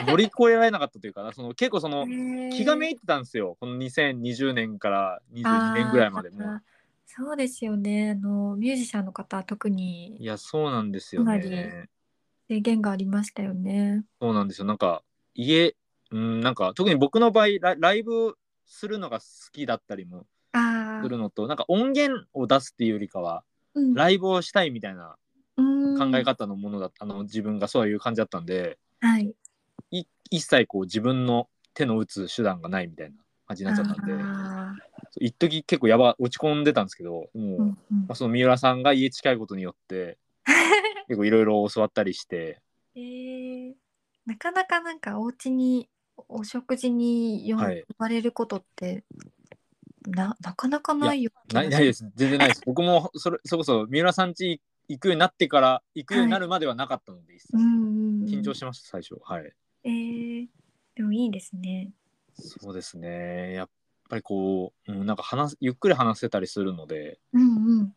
[SPEAKER 1] 乗り越えられなかったというかなその結構その
[SPEAKER 2] うん
[SPEAKER 1] 気がめいてたんですよこの2020年から22年ぐらいまでも
[SPEAKER 2] あー
[SPEAKER 1] う
[SPEAKER 2] そうですよねあのミュージシャンの方は特
[SPEAKER 1] い
[SPEAKER 2] に
[SPEAKER 1] やそうなんですよ
[SPEAKER 2] つまり
[SPEAKER 1] ね
[SPEAKER 2] 制限がありましたよね。
[SPEAKER 1] そうなんですよなんか家うんなんか特に僕の場合ラライブするのが好きだったりも
[SPEAKER 2] ああ
[SPEAKER 1] す、るのとなんか音源を出すっていうよりかは
[SPEAKER 2] うん
[SPEAKER 1] ライブをしたいみたいな考
[SPEAKER 2] 考
[SPEAKER 1] え方のものだあの自分がそういう感じだったんで
[SPEAKER 2] はい。
[SPEAKER 1] い一切こう自分の手の打つ手段がないみたいな感じになっちゃったんで
[SPEAKER 2] あ
[SPEAKER 1] そう一時結構やば落ち込んでたんですけどもう、
[SPEAKER 2] ーうん
[SPEAKER 1] ま
[SPEAKER 2] うん
[SPEAKER 1] あ、その三浦さんが家近いことによって結構いろいろ教わったりして
[SPEAKER 2] えーなかなかなんかお家にお食事に呼
[SPEAKER 1] はい
[SPEAKER 2] ばれることってななかなかないよう
[SPEAKER 1] ないないです全然ないです僕もそれそれこそ三浦さん家行くようになってから行くようになるまではなかったので、一切
[SPEAKER 2] うんうんうん、
[SPEAKER 1] 緊張しました最初はい
[SPEAKER 2] えーでもいいですね。
[SPEAKER 1] そうですねやっぱりこう、うん、なんか話すゆっくり話せたりするので
[SPEAKER 2] うんうん。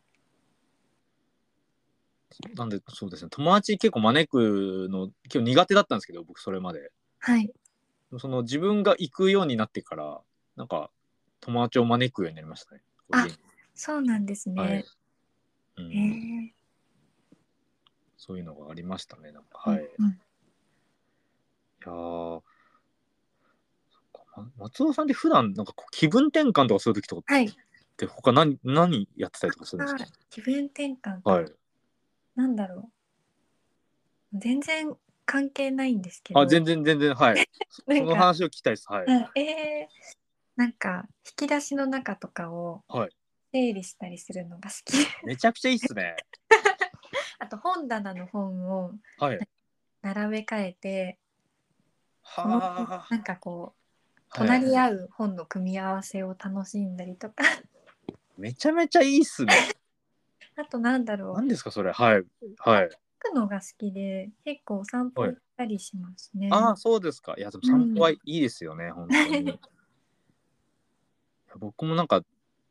[SPEAKER 1] なんでそうですね友達結構招くの結構苦手だったんですけど僕それまで
[SPEAKER 2] はい。
[SPEAKER 1] その自分が行くようになってからなんか友達を招くようになりましたね。
[SPEAKER 2] あそうなんですね。
[SPEAKER 1] はいうん
[SPEAKER 2] えー
[SPEAKER 1] そういうのがありましたね。なんかはい、い
[SPEAKER 2] うん
[SPEAKER 1] やーそっかま松尾さんって普段なんかこう気分転換とかする時とか
[SPEAKER 2] はい。
[SPEAKER 1] って他何何やってたりとかするんです
[SPEAKER 2] あ気分転換、
[SPEAKER 1] か。はい。
[SPEAKER 2] なんだろう。全然関係ないんですけど。
[SPEAKER 1] あ全然全然はい。そ
[SPEAKER 2] なんか
[SPEAKER 1] の話を聞きたいです。はい。
[SPEAKER 2] うんえーなんか引き出しの中とかを
[SPEAKER 1] はい
[SPEAKER 2] 整理したりするのが好き。
[SPEAKER 1] めちゃくちゃいいっすね。
[SPEAKER 2] あと本棚の本を
[SPEAKER 1] はい。
[SPEAKER 2] 並べ替えて、その
[SPEAKER 1] は
[SPEAKER 2] なんかこう
[SPEAKER 1] あ。
[SPEAKER 2] 隣り
[SPEAKER 1] はい
[SPEAKER 2] 合う本の組み合わせを楽しんだりとか、
[SPEAKER 1] めちゃめちゃいいっすね。
[SPEAKER 2] あとなんだろう
[SPEAKER 1] 何ですかそれ。はいはい。
[SPEAKER 2] 歩くのが好きで結構お散歩行ったりしますね。
[SPEAKER 1] ああ、そうですか。いや、でも散歩はいいですよね、本 当に。いや僕もなんか、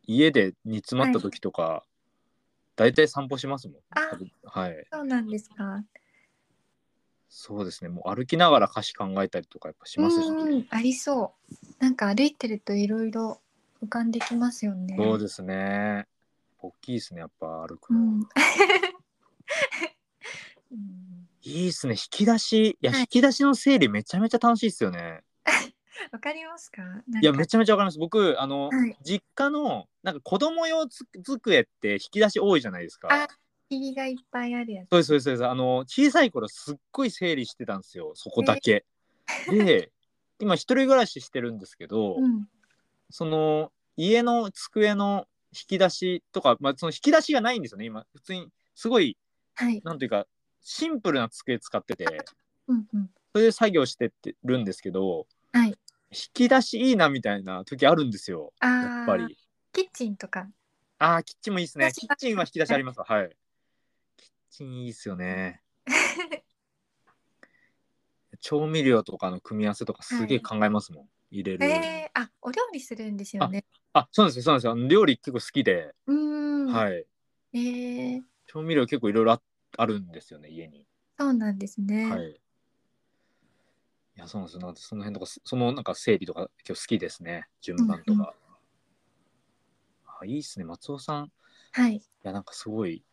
[SPEAKER 1] 家で煮詰まった時とか、大体散歩しますもん。
[SPEAKER 2] あ
[SPEAKER 1] 多分はい。
[SPEAKER 2] そうなんですか。
[SPEAKER 1] そうですね。もう歩きながら歌詞考えたりとかやっぱしますし、
[SPEAKER 2] うんありそう。なんか歩いてるといろいろ浮かんできますよね。
[SPEAKER 1] そうですね。大きいですね、やっぱ歩く
[SPEAKER 2] う
[SPEAKER 1] の。
[SPEAKER 2] ん うん
[SPEAKER 1] いいですね。引き出し、いや、
[SPEAKER 2] はい
[SPEAKER 1] 引き出しの整理めちゃめちゃ楽しいですよね。
[SPEAKER 2] わかりますか？なん
[SPEAKER 1] いや、
[SPEAKER 2] か
[SPEAKER 1] めちゃめちゃわかります。僕、あの、
[SPEAKER 2] はい
[SPEAKER 1] 実家の、なんか子供用つ机って引き出し多いじゃないですか。
[SPEAKER 2] あ霧がいっぱいあるやつ。
[SPEAKER 1] そうですそうですそうですあの小さい頃すっごい整理してたんですよそこだけ。で今一人暮らししてるんですけど、
[SPEAKER 2] うん。
[SPEAKER 1] その家の机の引き出しとか、まあ、その引き出しがないんですよね今普通にすごい
[SPEAKER 2] はい。
[SPEAKER 1] なんというかシンプルな机使 ってて
[SPEAKER 2] うんうん。
[SPEAKER 1] それで作業してってるんですけど
[SPEAKER 2] はい。
[SPEAKER 1] 引き出しいいなみたいな時あるんですよ
[SPEAKER 2] ああ。
[SPEAKER 1] やっぱ。り。
[SPEAKER 2] キッチンとか。
[SPEAKER 1] ああーキッチンもいいですね
[SPEAKER 2] 引
[SPEAKER 1] キ
[SPEAKER 2] き出し
[SPEAKER 1] ッチンは引き出しありますわはい。キッチンいいっすよね。調味料とかの組み合わせとかすげえ考えますもん、入れ
[SPEAKER 2] え
[SPEAKER 1] る、
[SPEAKER 2] えー、あお料理するんですよね。
[SPEAKER 1] あそうなんですよそうなんですよあの料理結構好きで、
[SPEAKER 2] うーん。
[SPEAKER 1] はい
[SPEAKER 2] い。ええー。
[SPEAKER 1] 調味料結構いろいろああるんですよね家に
[SPEAKER 2] そうなんですね。
[SPEAKER 1] はい。いや、そうなんですよ。なんかその辺とか、そそのなんか整理とか、今日好きですね。順番と
[SPEAKER 2] うんうん
[SPEAKER 1] か。あ、いいっすね。松尾さん。い
[SPEAKER 2] はい
[SPEAKER 1] や、なんかすごい。い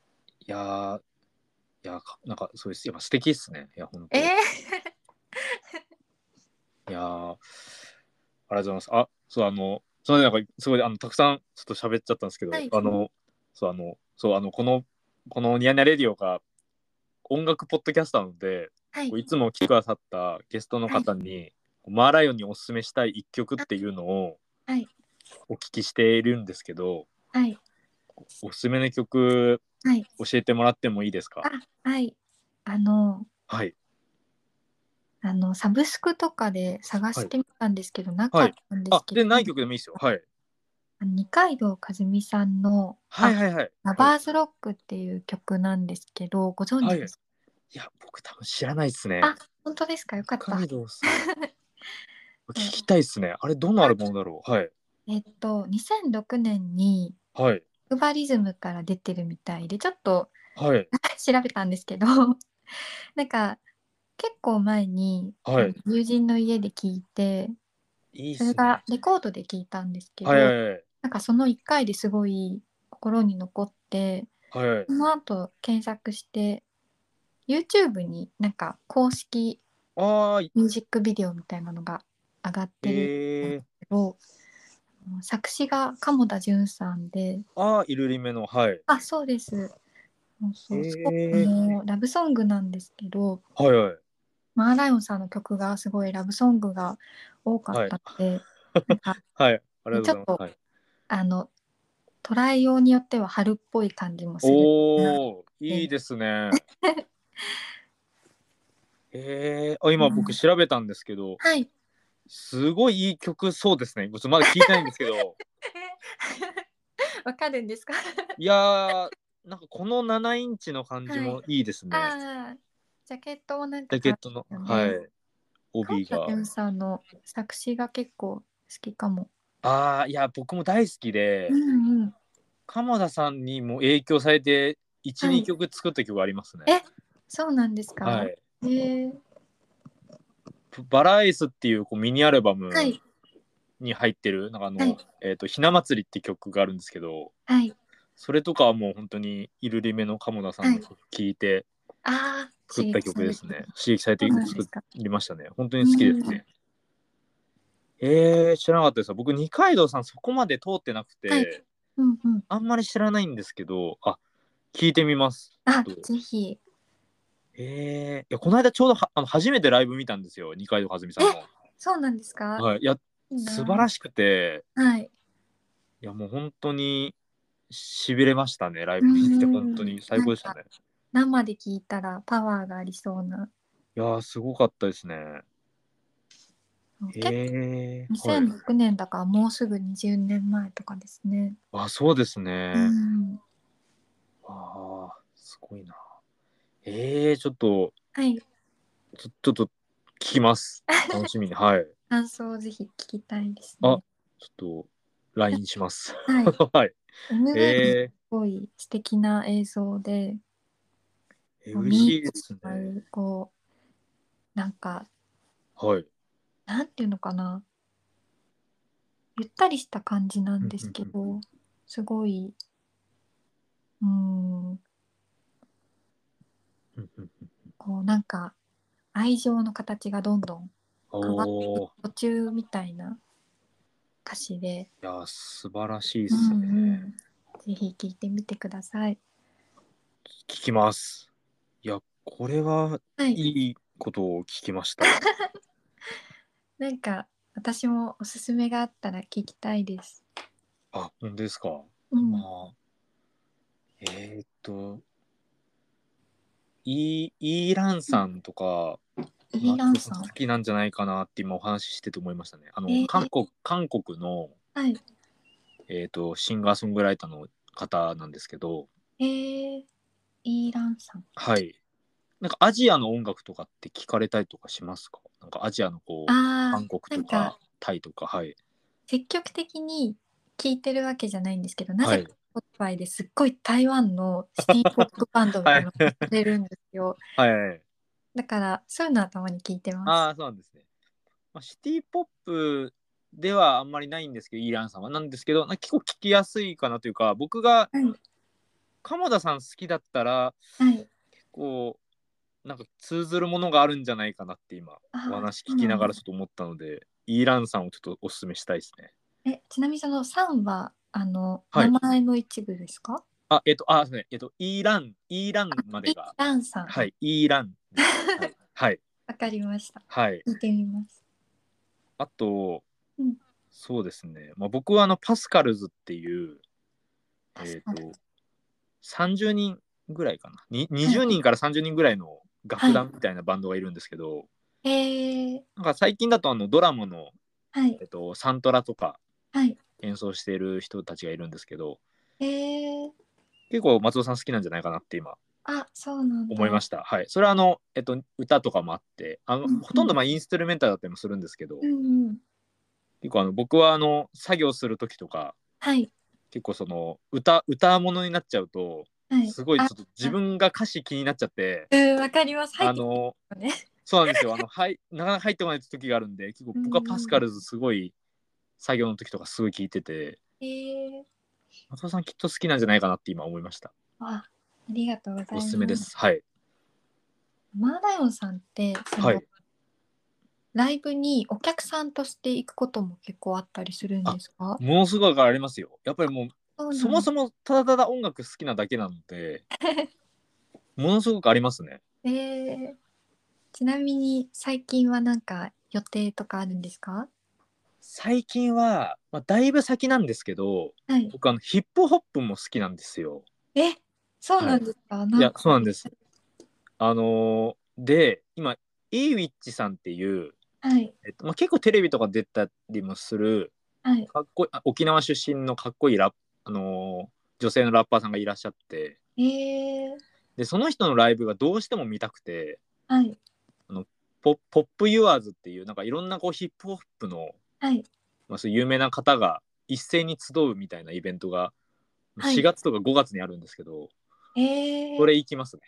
[SPEAKER 1] やー。いや、かなんか、そうです。やっぱ素敵っすね。いや、本当。
[SPEAKER 2] えー、
[SPEAKER 1] いやー。ありがとうございます。あ、そう、あの。それなんか、すごい、あの、たくさん、ちょっと喋っちゃったんですけど、
[SPEAKER 2] はい
[SPEAKER 1] あの。そう、あの、そう、あの、この。このニヤニヤレディオが。音楽ポッドキャスターなので。
[SPEAKER 2] はい
[SPEAKER 1] こう。いつも来てくださったゲストの方に、マーライオンにおすすめしたい一曲っていうのを
[SPEAKER 2] はい
[SPEAKER 1] お聞きしているんですけど、
[SPEAKER 2] はい。
[SPEAKER 1] おすすめの曲
[SPEAKER 2] はい。
[SPEAKER 1] 教えてもらってもいいですか
[SPEAKER 2] あ、はい。あの、
[SPEAKER 1] はい。
[SPEAKER 2] あの、サブスクとかで探してみたんですけど、なかったんで
[SPEAKER 1] あ
[SPEAKER 2] す、けど。
[SPEAKER 1] で、ない曲でもいいですよ。はい。
[SPEAKER 2] あの二階堂和美さんの、
[SPEAKER 1] はい
[SPEAKER 2] あ
[SPEAKER 1] はいはい。
[SPEAKER 2] ラバーズロックっていう曲なんですけど、ご存知ですか、
[SPEAKER 1] いや、僕多分知らないですね。
[SPEAKER 2] あ、本当ですかよかった。
[SPEAKER 1] 海道さん。 聞きたいですね。あれ、どのアルバムだろうはい。
[SPEAKER 2] えっと、2006年に、
[SPEAKER 1] はい。
[SPEAKER 2] ウバリズムから出てるみたいで、ちょっと
[SPEAKER 1] はい。
[SPEAKER 2] 調べたんですけど、なんか、結構前に、
[SPEAKER 1] はい
[SPEAKER 2] 友人の家で聞いて、
[SPEAKER 1] いいっす
[SPEAKER 2] そ
[SPEAKER 1] ね
[SPEAKER 2] れ。がレコードで聞いたんですけど、
[SPEAKER 1] はいはいはい。
[SPEAKER 2] なんかその1回ですごい心に残って
[SPEAKER 1] はいはい
[SPEAKER 2] そ。の後検索して YouTube になんか公式
[SPEAKER 1] あー、
[SPEAKER 2] ミュージックビデオみたいなのが上がってるんです
[SPEAKER 1] えー。
[SPEAKER 2] けど、あの作詞が鴨田純さんで
[SPEAKER 1] あー、いるりめの。はい。
[SPEAKER 2] あそうですそうそう、
[SPEAKER 1] へー
[SPEAKER 2] すごくあのラブソングなんですけど
[SPEAKER 1] はいはい。
[SPEAKER 2] マーライオンさんの曲がすごいラブソングが多かったので、なん か
[SPEAKER 1] はい。ありがとうございます。はい
[SPEAKER 2] あの捉えようによっては春っぽい感じもする
[SPEAKER 1] おお、いいです ね。えー、あ今
[SPEAKER 2] う
[SPEAKER 1] 僕
[SPEAKER 2] ん
[SPEAKER 1] 調べたんですけど、
[SPEAKER 2] はい
[SPEAKER 1] すごいいい曲そうですね。ちょっとまだ聞いてないんですけ ど、
[SPEAKER 2] わかるんですか。
[SPEAKER 1] いやー、なんかこの7インチの感じもいいですね。
[SPEAKER 2] ああ、ジャケットもなんか。
[SPEAKER 1] ジャケットの、は
[SPEAKER 2] は
[SPEAKER 1] い、
[SPEAKER 2] い
[SPEAKER 1] 帯が。
[SPEAKER 2] ンさんの作詞が結構好きかも。
[SPEAKER 1] ああ、いや、僕も大好きで
[SPEAKER 2] う、んうん。
[SPEAKER 1] 鎌田さんにも影響されて、1、
[SPEAKER 2] はい
[SPEAKER 1] 2曲作った曲ありますね。
[SPEAKER 2] えそうなんですか。
[SPEAKER 1] はい。
[SPEAKER 2] えー、
[SPEAKER 1] バラアイスっていうこうミニアルバム
[SPEAKER 2] はい
[SPEAKER 1] に入ってる、なんかあの、
[SPEAKER 2] はい
[SPEAKER 1] えっ、と、ひな祭りって曲があるんですけど、
[SPEAKER 2] はい。
[SPEAKER 1] それとかはもう本当にイルリメの鴨田さんの曲聞いて
[SPEAKER 2] ああ、
[SPEAKER 1] 作った曲ですね。刺激されて
[SPEAKER 2] 刺激されて
[SPEAKER 1] 作りましたね。本当に好きですね。えー、知らなかったです。僕、二階堂さんそこまで通ってなくて、
[SPEAKER 2] はいうんうん。
[SPEAKER 1] あんまり知らないんですけど、あ、聞いてみます。
[SPEAKER 2] あ、
[SPEAKER 1] どう
[SPEAKER 2] ぜひ。
[SPEAKER 1] えー、いやこの間ちょうどはあの初めてライブ見たんですよ、二階堂和美さんの。
[SPEAKER 2] そうなんですか。
[SPEAKER 1] はい、いや、素晴ら
[SPEAKER 2] し
[SPEAKER 1] しくて、
[SPEAKER 2] いな。はい。
[SPEAKER 1] いやもう本当にしびれましたねライブに来て
[SPEAKER 2] うん
[SPEAKER 1] 本当に最高でしたね
[SPEAKER 2] 生で聞いたらパワーがありそうな。
[SPEAKER 1] いやーすごかったですね
[SPEAKER 2] 結構
[SPEAKER 1] へえはい、
[SPEAKER 2] 2006年だからもうすぐ20年前とかですね。
[SPEAKER 1] あそうですね、
[SPEAKER 2] うん、
[SPEAKER 1] あーすごいなえー、ちょっと
[SPEAKER 2] はい。
[SPEAKER 1] ちょちょっと聞きます楽しみにはい
[SPEAKER 2] 感想をぜひ聞きたいです
[SPEAKER 1] あ
[SPEAKER 2] ね。
[SPEAKER 1] ちょっと LINE します
[SPEAKER 2] はい。
[SPEAKER 1] はい
[SPEAKER 2] MV す
[SPEAKER 1] え
[SPEAKER 2] ごい素敵な映像で、
[SPEAKER 1] ー、嬉しいですね
[SPEAKER 2] ああいうこうなんか
[SPEAKER 1] はい
[SPEAKER 2] なんていうのかなゆったりした感じなんですけ
[SPEAKER 1] う
[SPEAKER 2] どすごいうー
[SPEAKER 1] う
[SPEAKER 2] ん
[SPEAKER 1] んうんうん
[SPEAKER 2] こうなんか愛情の形がどんどん
[SPEAKER 1] おー
[SPEAKER 2] 途中みたいな歌詞で、
[SPEAKER 1] いやー素晴らしいで
[SPEAKER 2] う
[SPEAKER 1] すね、
[SPEAKER 2] んうんぜひ聴いてみてください。
[SPEAKER 1] 聞きますいやこれは
[SPEAKER 2] はい、
[SPEAKER 1] いいことを聞きま した。
[SPEAKER 2] なんか私もおすすめがあったら聞きたいです。
[SPEAKER 1] あ、本当ですか。
[SPEAKER 2] うん
[SPEAKER 1] まあ、えーっと、イーイーランさんとか、
[SPEAKER 2] イーランさ
[SPEAKER 1] ま
[SPEAKER 2] ん
[SPEAKER 1] あ好。きなんじゃないかなって今お話ししてて思いましたね。あの、
[SPEAKER 2] えー
[SPEAKER 1] 韓国韓国の、
[SPEAKER 2] はい。
[SPEAKER 1] えーっとシンガーソングライターの方なんですけど、
[SPEAKER 2] えー、イーランさん。
[SPEAKER 1] はい。なんかアジアの音楽とかって聞かれたりとかしますかなんかアジアのこう、韓
[SPEAKER 2] ああ、
[SPEAKER 1] 国
[SPEAKER 2] な
[SPEAKER 1] と
[SPEAKER 2] ん
[SPEAKER 1] か
[SPEAKER 2] か
[SPEAKER 1] タイとか、はい。
[SPEAKER 2] 積極的に聞いてるわけじゃないんですけど、な
[SPEAKER 1] は
[SPEAKER 2] ぜ
[SPEAKER 1] い
[SPEAKER 2] か。Spotify ですっごい台湾のシティポップバンドみたいなのが出るんですよ。
[SPEAKER 1] はい。
[SPEAKER 2] だからそういうのはたまに聞いて
[SPEAKER 1] あ
[SPEAKER 2] ま
[SPEAKER 1] あ、そうなんですね。まあ、シティポップではあんまりないんですけど、イーランさんは。なんですけど、な結構聞きやすいかなというか、僕が
[SPEAKER 2] はい
[SPEAKER 1] 鎌田さん好きだったら、
[SPEAKER 2] す。はい。
[SPEAKER 1] 結構、なんか通ずるものがあるんじゃないかなって今、
[SPEAKER 2] あ
[SPEAKER 1] お
[SPEAKER 2] ー
[SPEAKER 1] 話聞きながらちょっと思ったので、イーランさんをちょっとおすすめしたいですね。
[SPEAKER 2] えちなみにその三はあの、
[SPEAKER 1] はい
[SPEAKER 2] 名前の一部ですか？
[SPEAKER 1] あ、えっと、あ、そうね、えっと、イーラン、イーランまで
[SPEAKER 2] イ
[SPEAKER 1] が、
[SPEAKER 2] ランさん。
[SPEAKER 1] はい、イーラン。 はいはい、
[SPEAKER 2] わかりました。
[SPEAKER 1] はい。
[SPEAKER 2] 聞いてみます。
[SPEAKER 1] あと、
[SPEAKER 2] うん
[SPEAKER 1] そうですね、まあ、僕はあのパスカルズっていう、
[SPEAKER 2] パス
[SPEAKER 1] え
[SPEAKER 2] カ
[SPEAKER 1] ー、
[SPEAKER 2] ルズ
[SPEAKER 1] と30人ぐらいかなに20人から30人ぐらいの楽団みたいなバンドがいるんですけど、
[SPEAKER 2] へえ。
[SPEAKER 1] なんか最近だとあのドラマの、
[SPEAKER 2] はい
[SPEAKER 1] えっとサントラとか
[SPEAKER 2] はい。
[SPEAKER 1] 演奏している人たちがいるんですけど
[SPEAKER 2] へえ。
[SPEAKER 1] 結構松尾さん好きなんじゃないかなって今
[SPEAKER 2] あそうなんだ。
[SPEAKER 1] 思いま
[SPEAKER 2] し
[SPEAKER 1] した、はいそれはあの、えっと、歌とかもあってあの、
[SPEAKER 2] うんうん
[SPEAKER 1] ほとんどまあインストゥルメンタルだったりもするんですけど、
[SPEAKER 2] うんうん。
[SPEAKER 1] 結構あの僕はあの作業する時とか
[SPEAKER 2] はい
[SPEAKER 1] 結構その歌歌物になっちゃうと
[SPEAKER 2] はい。
[SPEAKER 1] すごいちょ
[SPEAKER 2] あ
[SPEAKER 1] っと自分が歌詞気になっちゃって
[SPEAKER 2] うんわかります。入
[SPEAKER 1] あ
[SPEAKER 2] ってき
[SPEAKER 1] の
[SPEAKER 2] たね。
[SPEAKER 1] そうなんですよあのはいなかなか入ってこない時があるんで結構僕はパスカルズすごい作業の時とかすごい聞いてて
[SPEAKER 2] へえ。
[SPEAKER 1] 松尾さんきっと好きなんじゃないかなって今思いました
[SPEAKER 2] あありがとうございます。
[SPEAKER 1] おすすめで。すはい
[SPEAKER 2] マーダイオンさんってその、
[SPEAKER 1] はい
[SPEAKER 2] ライブにお客さんとして行くことも結構あったりするんですか？
[SPEAKER 1] ものすごいありますよやっぱりもうそもそ
[SPEAKER 2] も。
[SPEAKER 1] もただただ音楽好きなだけなの でものすごくありますね
[SPEAKER 2] えー、ちなみに最近はなんか予定とかあるんですか？
[SPEAKER 1] 最近は、まあ、だいぶ先なんですけど
[SPEAKER 2] はい。
[SPEAKER 1] 僕あのヒップホップも好きなんですよ
[SPEAKER 2] え、そうなんですか？
[SPEAKER 1] い
[SPEAKER 2] な
[SPEAKER 1] や
[SPEAKER 2] んか
[SPEAKER 1] そうなんです。あのーで今イーウィッチさんっていう、
[SPEAKER 2] はい
[SPEAKER 1] えっとまあ、結構テレビとか出たりもする
[SPEAKER 2] はい
[SPEAKER 1] かっこいいあ沖縄出身のかっこいいラッ、あのー女性のラッパーさんがいらっしゃって
[SPEAKER 2] えー、
[SPEAKER 1] でその人のライブがどうしても見たくて
[SPEAKER 2] はい
[SPEAKER 1] ポポップユアーズっていうなんかいろんなこうヒップホップの、
[SPEAKER 2] はい
[SPEAKER 1] まあ、そういう有名な方が一斉に集うみたいなイベントが
[SPEAKER 2] はい
[SPEAKER 1] 4月とか5月にあるんですけど、
[SPEAKER 2] え
[SPEAKER 1] そ
[SPEAKER 2] ー、
[SPEAKER 1] れ行きますね。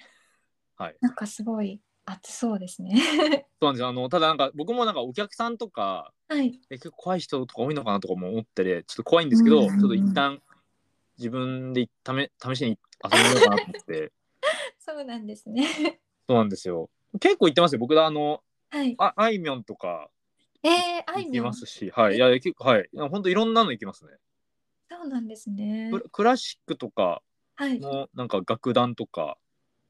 [SPEAKER 1] はい、
[SPEAKER 2] なんかすごい暑そうですね。
[SPEAKER 1] そうなんですよあのただなんか僕もなんかお客さんとか
[SPEAKER 2] はい
[SPEAKER 1] え結構怖い人とか多いのかなとかも思っててちょっと怖いんですけど、
[SPEAKER 2] うんうんうん
[SPEAKER 1] ちょっと一旦自分でため試しに遊んでみようかなと思って
[SPEAKER 2] そうなんですね。
[SPEAKER 1] そうなんですよ結構行ってますよ僕あの
[SPEAKER 2] はい
[SPEAKER 1] ああいみょんとか
[SPEAKER 2] えー、あい
[SPEAKER 1] 行
[SPEAKER 2] み
[SPEAKER 1] き
[SPEAKER 2] ょん
[SPEAKER 1] ます
[SPEAKER 2] そ
[SPEAKER 1] しはいいや結構はい本当いろんなの行きますね、
[SPEAKER 2] うなんですね
[SPEAKER 1] ク。ラクラシックとか
[SPEAKER 2] はい
[SPEAKER 1] のなんか楽団とか、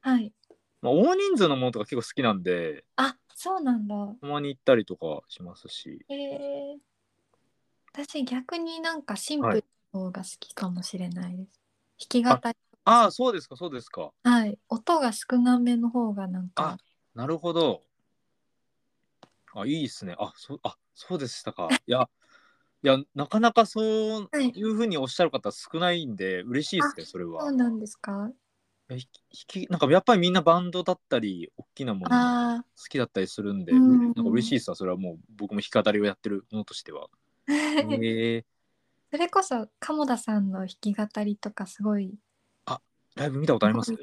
[SPEAKER 2] はい
[SPEAKER 1] まあ、大人数のものとか結構好きなんで
[SPEAKER 2] あそうなんだ。
[SPEAKER 1] たまに行ったりとかしますし
[SPEAKER 2] えー、私逆になんかシンプルの方が好きかもしれないです。弾き語り
[SPEAKER 1] ああそうですかそうですか
[SPEAKER 2] はい音が少なめの方がなんか
[SPEAKER 1] あなるほど。あ、いいですね。あ、そう、あ、そうでしたか。いや、いや、なかなかそう
[SPEAKER 2] はい
[SPEAKER 1] いうふうにおっしゃる方少ないんで、嬉しいですね、それ
[SPEAKER 2] そう
[SPEAKER 1] は。い
[SPEAKER 2] なんですか。
[SPEAKER 1] やひきなんかやっぱりみんなバンドだったり、大きなもの
[SPEAKER 2] あ
[SPEAKER 1] 好きだったりするんで、
[SPEAKER 2] うん
[SPEAKER 1] なんか嬉しいですわ、それはもう僕も弾き語りをやってるものとして は。
[SPEAKER 2] あ、
[SPEAKER 1] ええ
[SPEAKER 2] それこそ鴨田さんの弾き語りとかすごい、
[SPEAKER 1] ライブ見たことありますい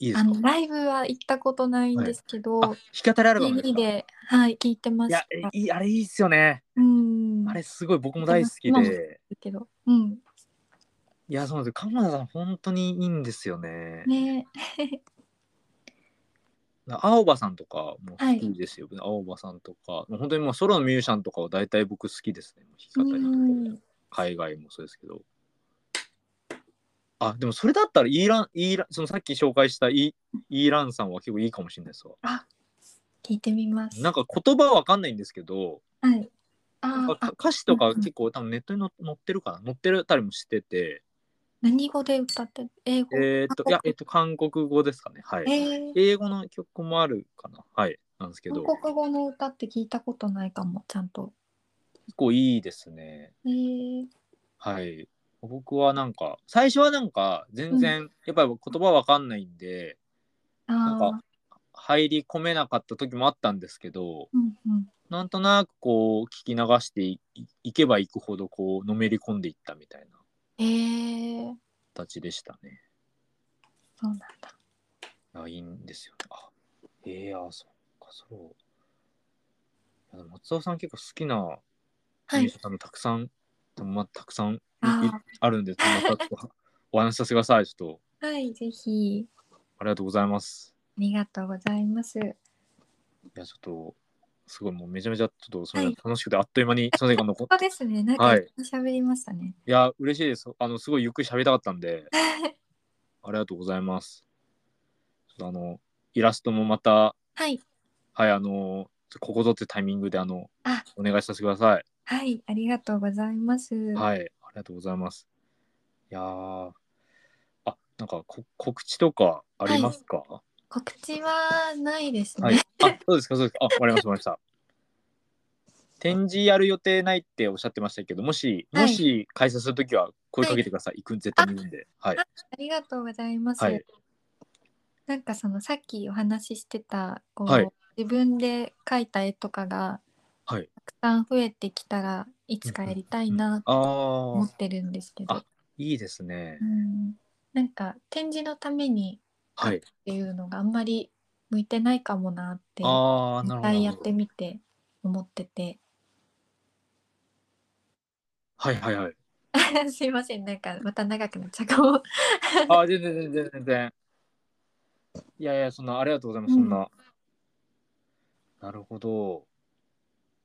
[SPEAKER 1] いで
[SPEAKER 2] あ
[SPEAKER 1] すか
[SPEAKER 2] のライブは行ったことないんですけど、
[SPEAKER 1] あ、弾き語りアルバムです
[SPEAKER 2] CD
[SPEAKER 1] かい
[SPEAKER 2] ではい聞いてまし
[SPEAKER 1] や
[SPEAKER 2] た。、
[SPEAKER 1] えいい、あれいいっすよね。
[SPEAKER 2] うん、
[SPEAKER 1] あれすごい僕も大好き
[SPEAKER 2] 今も
[SPEAKER 1] で。
[SPEAKER 2] けど、うん、
[SPEAKER 1] いや、そうなんですよ。鎌田さん、本当にいいんですよね。
[SPEAKER 2] ね、
[SPEAKER 1] な青葉さんとかも好きですよ、青葉さんとかもう本当にもうソロのミュージシャンとかは大体僕好きですね
[SPEAKER 2] う
[SPEAKER 1] 弾き語りとか
[SPEAKER 2] ん、
[SPEAKER 1] 海外もそうですけどあでもそれだったらイーランイーランそのさっき紹介したイイーランさんは結構いいかもしれないですわ
[SPEAKER 2] あ、聞いてみます。
[SPEAKER 1] なんか言葉わかんないんですけど
[SPEAKER 2] はい、
[SPEAKER 1] なん
[SPEAKER 2] あ
[SPEAKER 1] か、
[SPEAKER 2] あ、
[SPEAKER 1] 歌詞とか結構多分ネットにの載ってるかな載ってるたりもしてて
[SPEAKER 2] 何語で歌って、英語。
[SPEAKER 1] えーっといやえっと韓国語ですかねは
[SPEAKER 2] え
[SPEAKER 1] い
[SPEAKER 2] ー
[SPEAKER 1] 英語の曲もあるかなはいなんですけど
[SPEAKER 2] 韓
[SPEAKER 1] 結
[SPEAKER 2] 国語の歌って聞いたことないかも、ちゃんと。
[SPEAKER 1] 構いいですね
[SPEAKER 2] えー、
[SPEAKER 1] はい。僕はなんか、最初はなんか、全然、やっぱり言葉わかんないんで、
[SPEAKER 2] あ
[SPEAKER 1] なん
[SPEAKER 2] あ、
[SPEAKER 1] 入り込めなかった時もあったんですけど、
[SPEAKER 2] うんうん。
[SPEAKER 1] なんとなくこう、聞き流していいけばいくほど、こう、のめり込んでいったみたいな
[SPEAKER 2] えー、
[SPEAKER 1] 形でしたね。
[SPEAKER 2] そうなんだ。
[SPEAKER 1] あいいんですよね。あ、ええあ、そっか、そう。いやでも松尾さん結構好きな
[SPEAKER 2] は
[SPEAKER 1] ミュー
[SPEAKER 2] い
[SPEAKER 1] ジシャンもたくさん、でもまあ、たくさんい
[SPEAKER 2] あー
[SPEAKER 1] いあるんで、また お話しさせてください。ちょっと、
[SPEAKER 2] はいぜひ
[SPEAKER 1] ありがとうございます。
[SPEAKER 2] ありがとうございます
[SPEAKER 1] いや、ちょっと、すごい、もうめちゃめちゃ、ちょっと、それ
[SPEAKER 2] はい
[SPEAKER 1] 楽しくて、あっと いう間に、すいませんあのこ
[SPEAKER 2] そうですねなん
[SPEAKER 1] は
[SPEAKER 2] か
[SPEAKER 1] い
[SPEAKER 2] 喋りましたね、
[SPEAKER 1] いや、嬉しいです。あの、すごいゆっくり喋りたかったんで、ありがとうございます。ちょっとあの、イラストもまた、
[SPEAKER 2] はい
[SPEAKER 1] はい、あの、ここぞってタイミングで、あの
[SPEAKER 2] あ、
[SPEAKER 1] お願いさせてください。
[SPEAKER 2] はいありがとうございますい
[SPEAKER 1] はい、ありがとうございます。いやーあ、なんかこ告知とかありますか、は
[SPEAKER 2] 告知はないです
[SPEAKER 1] い、
[SPEAKER 2] ね、
[SPEAKER 1] あ、そうですか、そうですか。あ、わかりました、わかりました。展示やる予定ないっておっしゃってましたけど、もし、
[SPEAKER 2] はい
[SPEAKER 1] もし開催するときは声かけてください。行くん絶対見るんで。はい。
[SPEAKER 2] ありがとうございます、
[SPEAKER 1] はい
[SPEAKER 2] なんかそのさっきお話ししてたこう、
[SPEAKER 1] はい
[SPEAKER 2] 自分で描いた絵とかが
[SPEAKER 1] はい。
[SPEAKER 2] たくさん増えてきたらいつかやりたいなと
[SPEAKER 1] あ
[SPEAKER 2] 思
[SPEAKER 1] ー
[SPEAKER 2] ってるんですけど、
[SPEAKER 1] あいいですね
[SPEAKER 2] う。ん、なんか展示のために
[SPEAKER 1] はい。
[SPEAKER 2] っていうのがあんまり向いてないかもなって
[SPEAKER 1] ああ、なるほどな
[SPEAKER 2] 一
[SPEAKER 1] るほど。
[SPEAKER 2] 回やってみて思ってて
[SPEAKER 1] はいはいはい。
[SPEAKER 2] すいませんなんかまた長くなっちゃうかも
[SPEAKER 1] あー、全然全然全然。いやいや、そんな、ありがとうございます、
[SPEAKER 2] うん
[SPEAKER 1] そんな。なるほど。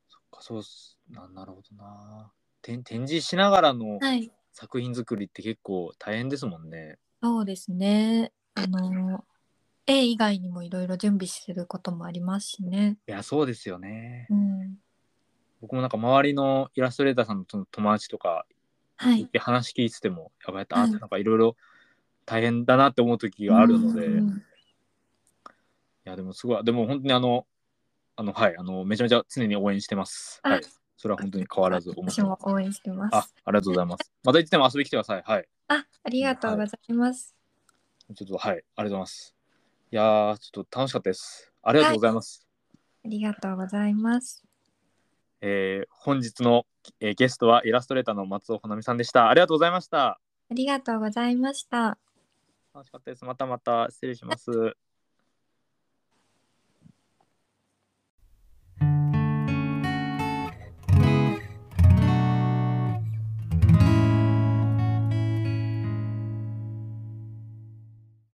[SPEAKER 1] そっか、そうっす。ななるほどな。展展示しながらの
[SPEAKER 2] はい
[SPEAKER 1] 作品作りって結構大変ですもんね。
[SPEAKER 2] そうですねあの絵以外にもいろいろ準備することもありますしね
[SPEAKER 1] いや、そうですよね。
[SPEAKER 2] うん
[SPEAKER 1] 僕もなんか周りのイラストレーターさんのと友達とか
[SPEAKER 2] はいい
[SPEAKER 1] て話聞いてても、やばい、あ
[SPEAKER 2] はい
[SPEAKER 1] なんかいろいろ大変だなって思う時があるので、
[SPEAKER 2] うんう
[SPEAKER 1] い
[SPEAKER 2] ん
[SPEAKER 1] や、でもすごい、でも本当にあの、あの、はい、あの、めちゃめちゃ常に応援してます。
[SPEAKER 2] あ
[SPEAKER 1] はい。それは本当に変わらず思って
[SPEAKER 2] 私
[SPEAKER 1] ま
[SPEAKER 2] も
[SPEAKER 1] す。
[SPEAKER 2] 応援してま
[SPEAKER 1] あ
[SPEAKER 2] す、
[SPEAKER 1] ありがとうございます。またいつでも遊びに来てください。はい。
[SPEAKER 2] あありがとうございます、
[SPEAKER 1] ちょっと、はい。ありがとうございます。いやー、ちょっと楽しかったです。ありがとうございます。
[SPEAKER 2] ありがとうございます
[SPEAKER 1] えー本日の、えーゲストはイラストレーターの松尾穂波さんでした。ありがとうございました。
[SPEAKER 2] ありがとうございました
[SPEAKER 1] 楽しかったです。またまた失礼します。